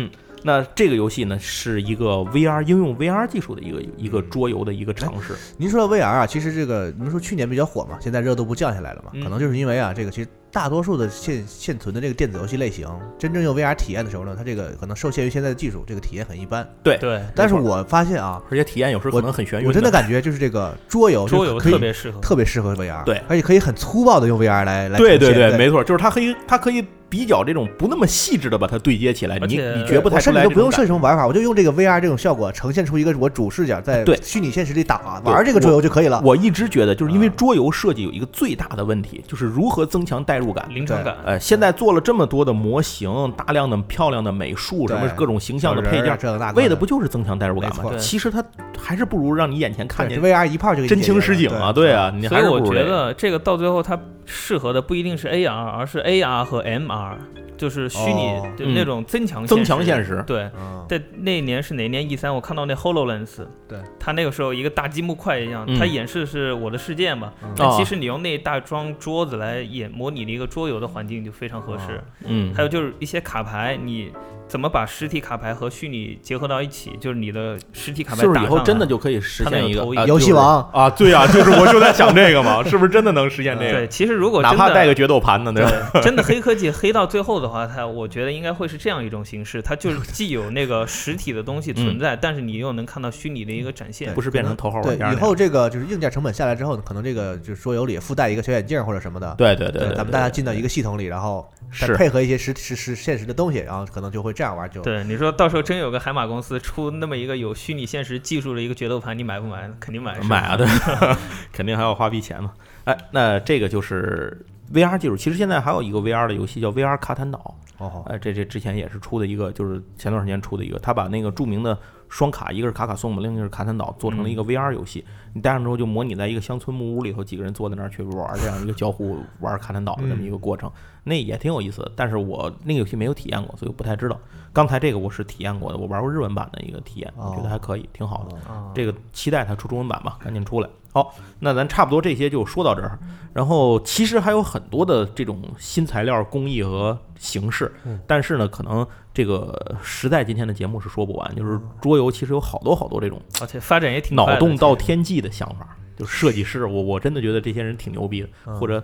Speaker 3: 那这个游戏呢，是一个 VR 应用 VR 技术的一个一个桌游的一个尝试。
Speaker 1: 您说到 VR 啊，其实这个您说去年比较火嘛，现在热度不降下来了嘛，
Speaker 2: 嗯
Speaker 1: 可能就是因为啊，这个其实大多数的现现存的这个电子游戏类型，真正用 VR 体验的时候呢，它这个可能受限于现在的技术，这个体验很一般。
Speaker 2: 对，
Speaker 1: 但是我发现啊，
Speaker 3: 而且体验有时可能很眩晕。
Speaker 1: 我真的感觉就是这个桌游就
Speaker 2: 桌游
Speaker 1: 可以
Speaker 2: 特别适合。
Speaker 1: 特别适合 VR，
Speaker 3: 对
Speaker 1: 而且可以很粗暴的用 VR 来来
Speaker 3: 对
Speaker 1: 呈
Speaker 3: 对
Speaker 1: 现
Speaker 3: 对，没错，就是它可以它可以比较这种不那么细致的把它对接起来，
Speaker 2: 而
Speaker 3: 你
Speaker 2: 且
Speaker 3: 你绝不
Speaker 1: 我
Speaker 3: 太出
Speaker 1: 甚至
Speaker 3: 来
Speaker 1: 都
Speaker 3: 这
Speaker 1: 不
Speaker 3: 种
Speaker 1: 用
Speaker 3: 感
Speaker 1: 设计成玩法，我就用这个 VR 这种效果呈现出一个我主视角在
Speaker 3: 对
Speaker 1: 虚拟现实里打
Speaker 3: 对
Speaker 1: 玩这个桌游就可以了。
Speaker 3: 我一直觉得，就是因
Speaker 2: 嗯
Speaker 3: 为桌游设计有一个最大的问题，就是如何增强代入感。
Speaker 2: 临场感，
Speaker 3: 呃，现在做了这么多的模型，大量的漂亮的美术，什么
Speaker 1: 对
Speaker 3: 各种形象的
Speaker 1: 小
Speaker 3: 配
Speaker 1: 人儿啊，
Speaker 3: 件
Speaker 1: 这个那个
Speaker 3: 为的不就是增强代入感
Speaker 1: 没
Speaker 3: 吗
Speaker 1: 错？
Speaker 2: 对
Speaker 3: 其实它还是不如让你眼前看
Speaker 1: 对
Speaker 3: 见
Speaker 1: 这 VR 一炮就给你
Speaker 3: 真
Speaker 1: 解决
Speaker 3: 情实
Speaker 1: 了嗯
Speaker 3: 景啊，对，啊，你
Speaker 2: 所
Speaker 3: 还
Speaker 2: 以
Speaker 3: 是不
Speaker 2: 我
Speaker 3: 如
Speaker 2: 觉
Speaker 3: 这个。
Speaker 2: 得这个到最后它适合的不一定是 AR，而是 AR 和 MR，就是虚拟
Speaker 1: 哦
Speaker 2: 就
Speaker 3: 嗯
Speaker 2: 那种增强
Speaker 3: 增强现
Speaker 2: 实。
Speaker 3: 实，
Speaker 2: 对，
Speaker 1: 嗯
Speaker 2: 在那年是哪年 E 三，我看到那 Hololens，
Speaker 1: 对，
Speaker 2: 它那个时候一个大积木块一样，
Speaker 3: 嗯
Speaker 2: 它演示是我的世界嘛，
Speaker 1: 嗯
Speaker 2: 但
Speaker 3: 哦
Speaker 2: 其实你用那一大张桌子来演模拟的一个桌游的环境就非常合适。
Speaker 3: 嗯
Speaker 2: 还，有就是一些卡牌，你怎么把实体卡牌和虚拟结合到一起？就是你的实体卡牌
Speaker 3: 就是
Speaker 2: 打
Speaker 3: 以后
Speaker 2: 上
Speaker 3: 真的
Speaker 2: 来
Speaker 3: 就可以实
Speaker 2: 它那
Speaker 3: 现
Speaker 2: 有
Speaker 3: 一个
Speaker 2: 投影
Speaker 3: 啊
Speaker 1: 游戏
Speaker 3: 就是
Speaker 1: 王
Speaker 3: 啊，对啊，就是我就在想这个嘛，是不是真的能实现这
Speaker 2: 对，
Speaker 3: 个？
Speaker 2: 其实如果
Speaker 3: 哪
Speaker 2: 真
Speaker 3: 怕
Speaker 2: 的
Speaker 3: 带个决斗盘呢，对吧？
Speaker 2: 对， (laughs) 真的黑科技黑到最后的话，它我觉得应该会是这样一种形式，它就是既有那个实体的东西存
Speaker 3: 嗯
Speaker 2: 在，但是你又能看到虚拟的一个展现
Speaker 1: 对。
Speaker 3: 不是变成头号
Speaker 1: 对
Speaker 3: 玩家那
Speaker 1: 以
Speaker 3: 样
Speaker 1: 后这个就是硬件成本下来之后呢，可能这个就是桌游里附带一个小眼镜或者什么的，
Speaker 3: 对对对对，
Speaker 1: 咱们大家进到一个系统里，然后再
Speaker 3: 是
Speaker 1: 配合一些实实实现实的东西，然后可能就会这样玩就。
Speaker 2: 对，你说到时候真有个海马公司出那么一个有虚拟现实技术的一个决斗盘，你买不买？肯定买。是吧
Speaker 3: 买啊，对， (laughs) 肯定还要花笔钱嘛。哎，那这个就是 VR 技术。其实现在还有一个 VR 的游戏叫 VR 卡坦岛，
Speaker 1: 哦，
Speaker 3: 哎，这这之前也是出的一个，就是前段时间出的一个，他把那个著名的双卡，一个是卡卡颂嘛，另一个是卡坦岛，做成了一个 VR 游戏。你戴上之后就模拟在一个乡村木屋里头，几个人坐在那儿去玩儿这样一个交互玩卡坦岛的这么一个过程，那也挺有意思的。但是我那个游戏没有体验过，所以我不太知道。刚才这个我是体验过的，我玩过日文版的一个体验，我觉得还可以，挺好的。
Speaker 2: 啊，
Speaker 3: 这个期待它出中文版吧，赶紧出来。好，那咱差不多这些就说到这儿。然后其实还有很多的这种新材料、工艺和形式，但是呢，可能这个实在今天的节目是说不完。就是桌游其实有好多好多这种
Speaker 2: 而且发展也挺快的
Speaker 3: 脑洞到天际的想法，就设计师，我我真的觉得这些人挺牛逼的，
Speaker 1: 嗯
Speaker 3: 或者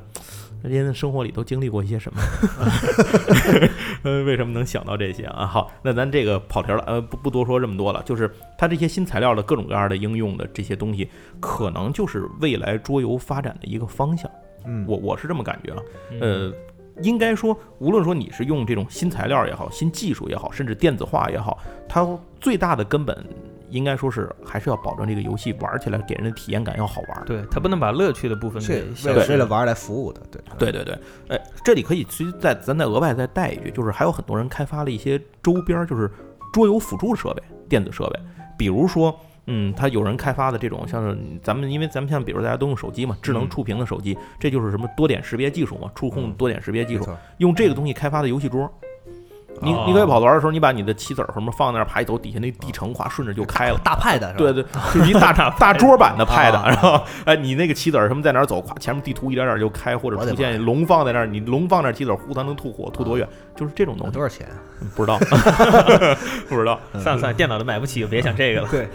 Speaker 3: 这些人生活里都经历过一些什
Speaker 2: (laughs)
Speaker 3: 么， (laughs) 呃，为什么能想到这些啊？好，那咱这个跑题了，呃，不不多说这么多了，就是它这些新材料的各种各样的应用的这些东西，可能就是未来桌游发展的一个方向，
Speaker 1: 嗯，
Speaker 3: 我我是这么感觉啊，
Speaker 2: 嗯
Speaker 3: 呃。应该说，无论说你是用这种新材料也好，新技术也好，甚至电子化也好，它最大的根本应该说是还是要保证这个游戏玩起来给人的体验感要好玩。
Speaker 2: 对它不能把乐趣的部分
Speaker 1: 是
Speaker 2: 给
Speaker 1: 为
Speaker 2: 消
Speaker 1: 了
Speaker 2: 失
Speaker 1: 为了玩来服务的，对
Speaker 3: 对对对，哎，这里可以其实再咱再额外再带一句，就是还有很多人开发了一些周边，就是桌游辅助设备、电子设备，比如说。嗯，他有人开发的这种，像是咱们，因为咱们像比如大家都用手机嘛，智能触屏的手机，这就是什么多点识别技术嘛，触控多点识别技
Speaker 1: 没
Speaker 3: 术，
Speaker 1: 错，
Speaker 3: 用这个东西开发的游戏桌，你
Speaker 4: 哦
Speaker 3: 你可以跑团的时候，你把你的棋子儿什么放那儿，爬一头底下那地城哗顺着就开了。
Speaker 1: 大派的是吧？
Speaker 3: 对对， (laughs) 就是一大大桌版的 Pad，
Speaker 1: 哦啊
Speaker 3: 然后哎，你那个棋子儿什么在哪儿走，咵，前面地图一点点就开，或者
Speaker 1: 我的
Speaker 3: 出现龙放在那儿，你龙放那儿棋子儿，呼它能吐火，吐多远，就是这种东
Speaker 1: 有
Speaker 3: 西
Speaker 1: 多，少钱？啊
Speaker 3: 不知道， (laughs) 不知道。
Speaker 2: 算了算了，电脑都买不起，别想这个了。
Speaker 1: 对，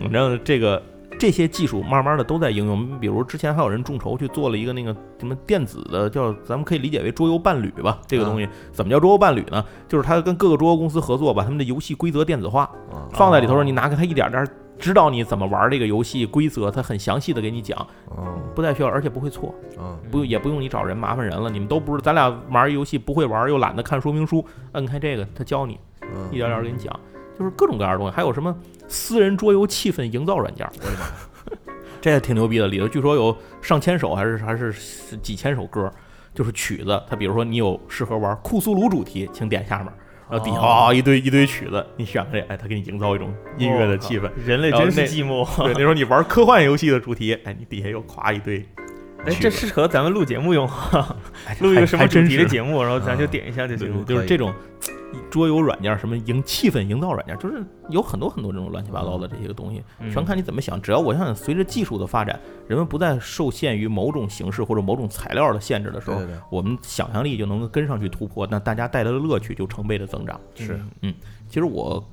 Speaker 3: 反正这个这些技术慢慢的都在应用，比如之前还有人众筹去做了一个那个什么电子的，叫咱们可以理解为桌游伴侣吧。这个东西怎么叫桌游伴侣呢？就是他跟各个桌游公司合作，把他们的游戏规则电子化，
Speaker 1: 啊
Speaker 3: 放在里头时候，你拿开它一点点儿指导你怎么玩这个游戏规则，它很详细的给你讲，
Speaker 1: 嗯
Speaker 3: 不太需要，而且不会错，
Speaker 1: 嗯，
Speaker 3: 不也不用你找人麻烦人了。你们都不是，咱俩玩游戏不会玩，又懒得看说明书，摁开这个，他教你
Speaker 1: 嗯
Speaker 3: 一点点儿给你讲，就是各种各样的东西，还有什么私人桌游气氛营造软件儿，我的妈呀！ (laughs) 这也挺牛逼的，里头据说有上千首还是还是几千首歌，就是曲子。它比如说你有适合玩库苏鲁主题，请点下面，然后底下
Speaker 2: 哦
Speaker 3: 啊一堆一堆曲子，你选这，哎，它给你营造一种音乐的气 (laughs) 氛。
Speaker 2: 人类真是寂寞。
Speaker 3: 对，那时候你玩科幻游戏的主题，哎，你底下又夸一堆，
Speaker 2: 哎，这适合咱们录节目用，
Speaker 3: 哎
Speaker 2: (laughs) 录一个什么
Speaker 3: 还
Speaker 2: 主
Speaker 3: 真
Speaker 2: 题的
Speaker 3: 是
Speaker 2: 节目，然后咱就点一下就
Speaker 3: 对
Speaker 2: 行
Speaker 3: 对，
Speaker 2: 了。
Speaker 3: 就是
Speaker 1: 可以
Speaker 3: 这种桌游软件儿，什么营气氛营造软件儿，就是有很多很多这种乱七八糟的这些个东西，
Speaker 2: 嗯
Speaker 3: 全看你怎么想。只要我想，随着技术的发展，人们不再受限于某种形式或者某种材料的限制的时
Speaker 1: 对
Speaker 3: 候
Speaker 1: 对，对，
Speaker 3: 我们想象力就能够跟上去突破，那大家带来的乐趣就成倍的增长。
Speaker 2: 是
Speaker 3: 其实我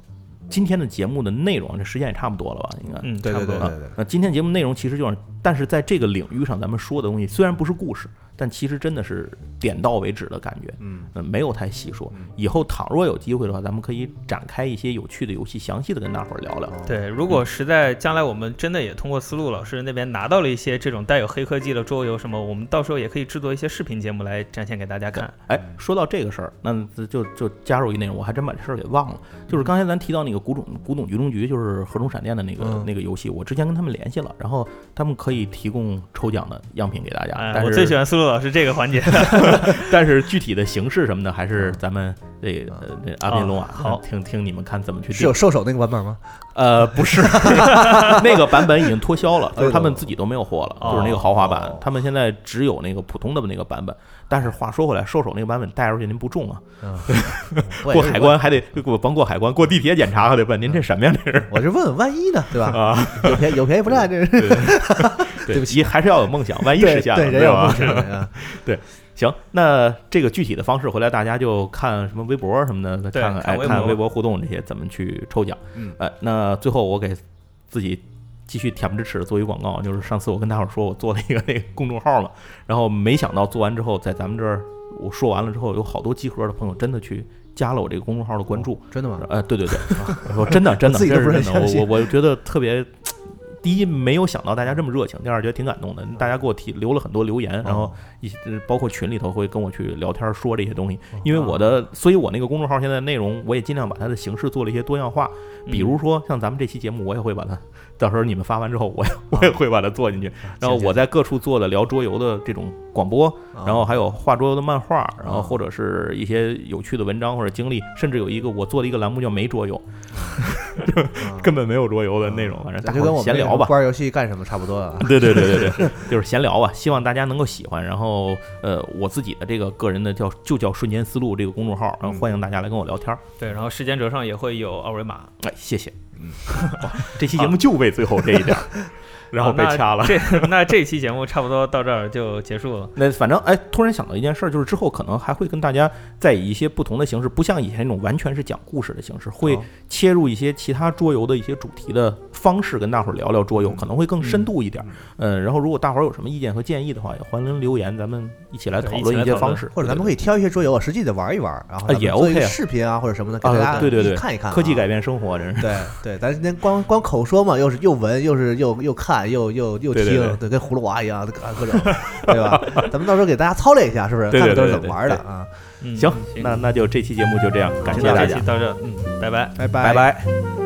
Speaker 3: 今天的节目的内容，这时间也差不多了吧？应该。
Speaker 2: 嗯，
Speaker 1: 对
Speaker 2: 差不
Speaker 1: 对对
Speaker 2: 多
Speaker 3: 啊
Speaker 1: 对对，
Speaker 3: 那今天节目内容其实就是，但是在这个领域上，咱们说的东西虽然不是故事，但其实真的是点到为止的感觉。
Speaker 1: 嗯，
Speaker 3: 嗯，没有太细说
Speaker 1: 嗯。
Speaker 3: 以后倘若有机会的话，咱们可以展开一些有趣的游戏，详细的跟大伙儿聊聊。
Speaker 2: 对，如果实在将来我们真的也通过思路老师那边拿到了一些这种带有黑科技的桌游什么，我们到时候也可以制作一些视频节目来展现给大家看。
Speaker 3: 哎，说到这个事儿，那就就加入一内容，我还真把这事儿给忘了。就是刚才咱提到那个古董古董局中局，就是合同闪电的那个、
Speaker 1: 嗯
Speaker 3: 那个游戏，我之前跟他们联系了，然后他们可以提供抽奖的样品给大家，
Speaker 2: 哎，
Speaker 3: 但
Speaker 2: 我最喜
Speaker 3: 是
Speaker 2: 欢思路老师这个环
Speaker 3: (laughs)
Speaker 2: 节。
Speaker 3: 但是具体的形式什么的，还是咱们这个呃这阿斌龙啊，
Speaker 2: 啊好
Speaker 3: 听听你们看怎么去
Speaker 1: 是
Speaker 3: 定
Speaker 1: 有。兽首那个版本吗？
Speaker 3: 呃，不
Speaker 2: (laughs)
Speaker 3: 是， (laughs) 那个版本已经脱销了，就是他们
Speaker 1: 对的
Speaker 3: 自己都没有货了，
Speaker 2: 哦
Speaker 3: 就是那个豪华版
Speaker 1: 哦，
Speaker 3: 他们现在只有那个普通的那个版本。但是话说回来，兽首那个版本带出去您不中啊，
Speaker 1: 嗯我也
Speaker 3: 过
Speaker 1: 是
Speaker 3: 海，关还得过，甭过海关，过地铁检查还得问您这什么呀？这是
Speaker 1: 我是问问万一呢，对吧？ (laughs)
Speaker 3: 啊，
Speaker 1: 有便有便宜不占，这是
Speaker 3: 对
Speaker 1: (laughs) 对不
Speaker 3: 起，还是要有梦想，万
Speaker 1: (laughs)
Speaker 3: 一
Speaker 1: 对
Speaker 3: 实现了，
Speaker 1: 对，人
Speaker 3: 对
Speaker 1: 有梦
Speaker 3: 吧？
Speaker 1: 想
Speaker 3: (laughs)
Speaker 1: 的啊，
Speaker 3: 行，那这个具体的方式回来大家就看什么微博什么的，
Speaker 2: 对
Speaker 3: 看看哎
Speaker 2: 看微
Speaker 3: 看
Speaker 2: 博
Speaker 3: 微博互动这些怎么去抽奖。
Speaker 1: 嗯
Speaker 3: 哎，那最后我给自己继续舔不着齿地做一广告，就是上次我跟大伙儿说我做了一个那个公众号嘛，然后没想到做完之后，在咱们这儿我说完了之后，有好多集合的朋友真的去加了我这个公众号的关注。
Speaker 1: 真的吗？
Speaker 3: 呃，
Speaker 1: (laughs)
Speaker 3: 对对对，我说真的真的，
Speaker 1: 啊自己
Speaker 3: 这
Speaker 1: 都不
Speaker 3: 是
Speaker 1: 是
Speaker 3: 真
Speaker 1: 很
Speaker 3: 的，
Speaker 1: 相信
Speaker 3: 我我我觉得特别。第一，没有想到大家这么热情；第二，觉得挺感动的。
Speaker 1: 嗯
Speaker 3: 大家给我提留了很多留言，
Speaker 1: 哦
Speaker 3: 然后一些呃包括群里头会跟我去聊天说这些东西。
Speaker 1: 哦
Speaker 3: 因为我的，所以我那个公众号现在内容，我也尽量把它的形式做了一些多样化。
Speaker 1: 嗯
Speaker 3: 比如说像咱们这期节目，我也会把它，到时候你们发完之后，我也
Speaker 1: 哦
Speaker 3: 我也会把它做进去。然后我在各处做的聊桌游的这种广播，
Speaker 1: 哦
Speaker 3: 然后还有画桌游的漫画，然
Speaker 1: 啊
Speaker 3: 后或者是一些有趣的文章或者经历，甚至有一个我做的一个栏目叫没桌游，根本没有桌游的内容，反正大
Speaker 1: 嗯啊就跟
Speaker 3: 伙
Speaker 1: 我们
Speaker 3: 儿闲
Speaker 1: 那
Speaker 3: 聊
Speaker 1: 个
Speaker 3: 吧
Speaker 1: 不。玩游戏干什么差不多啊。
Speaker 3: 对对对对
Speaker 1: (laughs)
Speaker 3: 对，就是闲聊吧，希望大家能够喜欢。然后，呃，我自己的这个个人的叫就叫瞬间思路这个公众号，
Speaker 1: 嗯
Speaker 3: 然后欢迎大家来跟我聊天儿。
Speaker 2: 对，然后时间轴上也会有二维码。
Speaker 3: 哎，谢谢。
Speaker 1: 嗯
Speaker 3: (laughs) 哇这期节目就为最后这一
Speaker 1: (laughs)
Speaker 3: 点儿，然后被
Speaker 2: 哦好那
Speaker 3: 掐了。
Speaker 2: 这那这期节目差不多到这儿就结束了。
Speaker 3: 那反正哎，突然想到一件事儿，就是之后可能还会跟大家再以一些不同的形式，不像以前那种完全是讲故事的形式，会
Speaker 1: 哦
Speaker 3: 切入一些其他桌游的一些主题的方式，跟大伙儿聊聊桌游，可能会更深度一点儿。嗯，然后如果大伙儿有什么意见和建议的话，也欢迎留言，咱们一起来
Speaker 2: 对
Speaker 3: 讨
Speaker 2: 一起
Speaker 3: 论
Speaker 2: 来
Speaker 3: 一些
Speaker 2: 讨论
Speaker 3: 方式，
Speaker 1: 或者咱们可以挑一些桌游，啊实际的玩一玩，然后
Speaker 3: 啊
Speaker 1: 咱们
Speaker 3: 也
Speaker 1: 做一
Speaker 3: OK 啊
Speaker 1: 个视频啊或者什么的，给
Speaker 3: 啊
Speaker 1: 大家
Speaker 3: 对对对
Speaker 1: 一起看一看啊。
Speaker 3: 科技改变生活，真是。
Speaker 1: 对对，咱今天光光口说嘛，又是又闻，又是又又看，又又又
Speaker 3: 对
Speaker 1: 听，
Speaker 3: 对对
Speaker 1: 跟葫芦娃一样，各各种，对吧？咱们到时候给大家操练一下，是不是？
Speaker 3: 对对
Speaker 1: 看看都是
Speaker 3: 对
Speaker 1: 怎么玩的
Speaker 3: 对
Speaker 1: 啊？
Speaker 2: 嗯，
Speaker 3: 行
Speaker 2: 行，
Speaker 3: 那那就这期节目就这样，感谢
Speaker 2: 那
Speaker 3: 大
Speaker 2: 这
Speaker 3: 家
Speaker 2: 期，到这儿，嗯，拜拜。
Speaker 1: 拜拜
Speaker 3: 拜拜。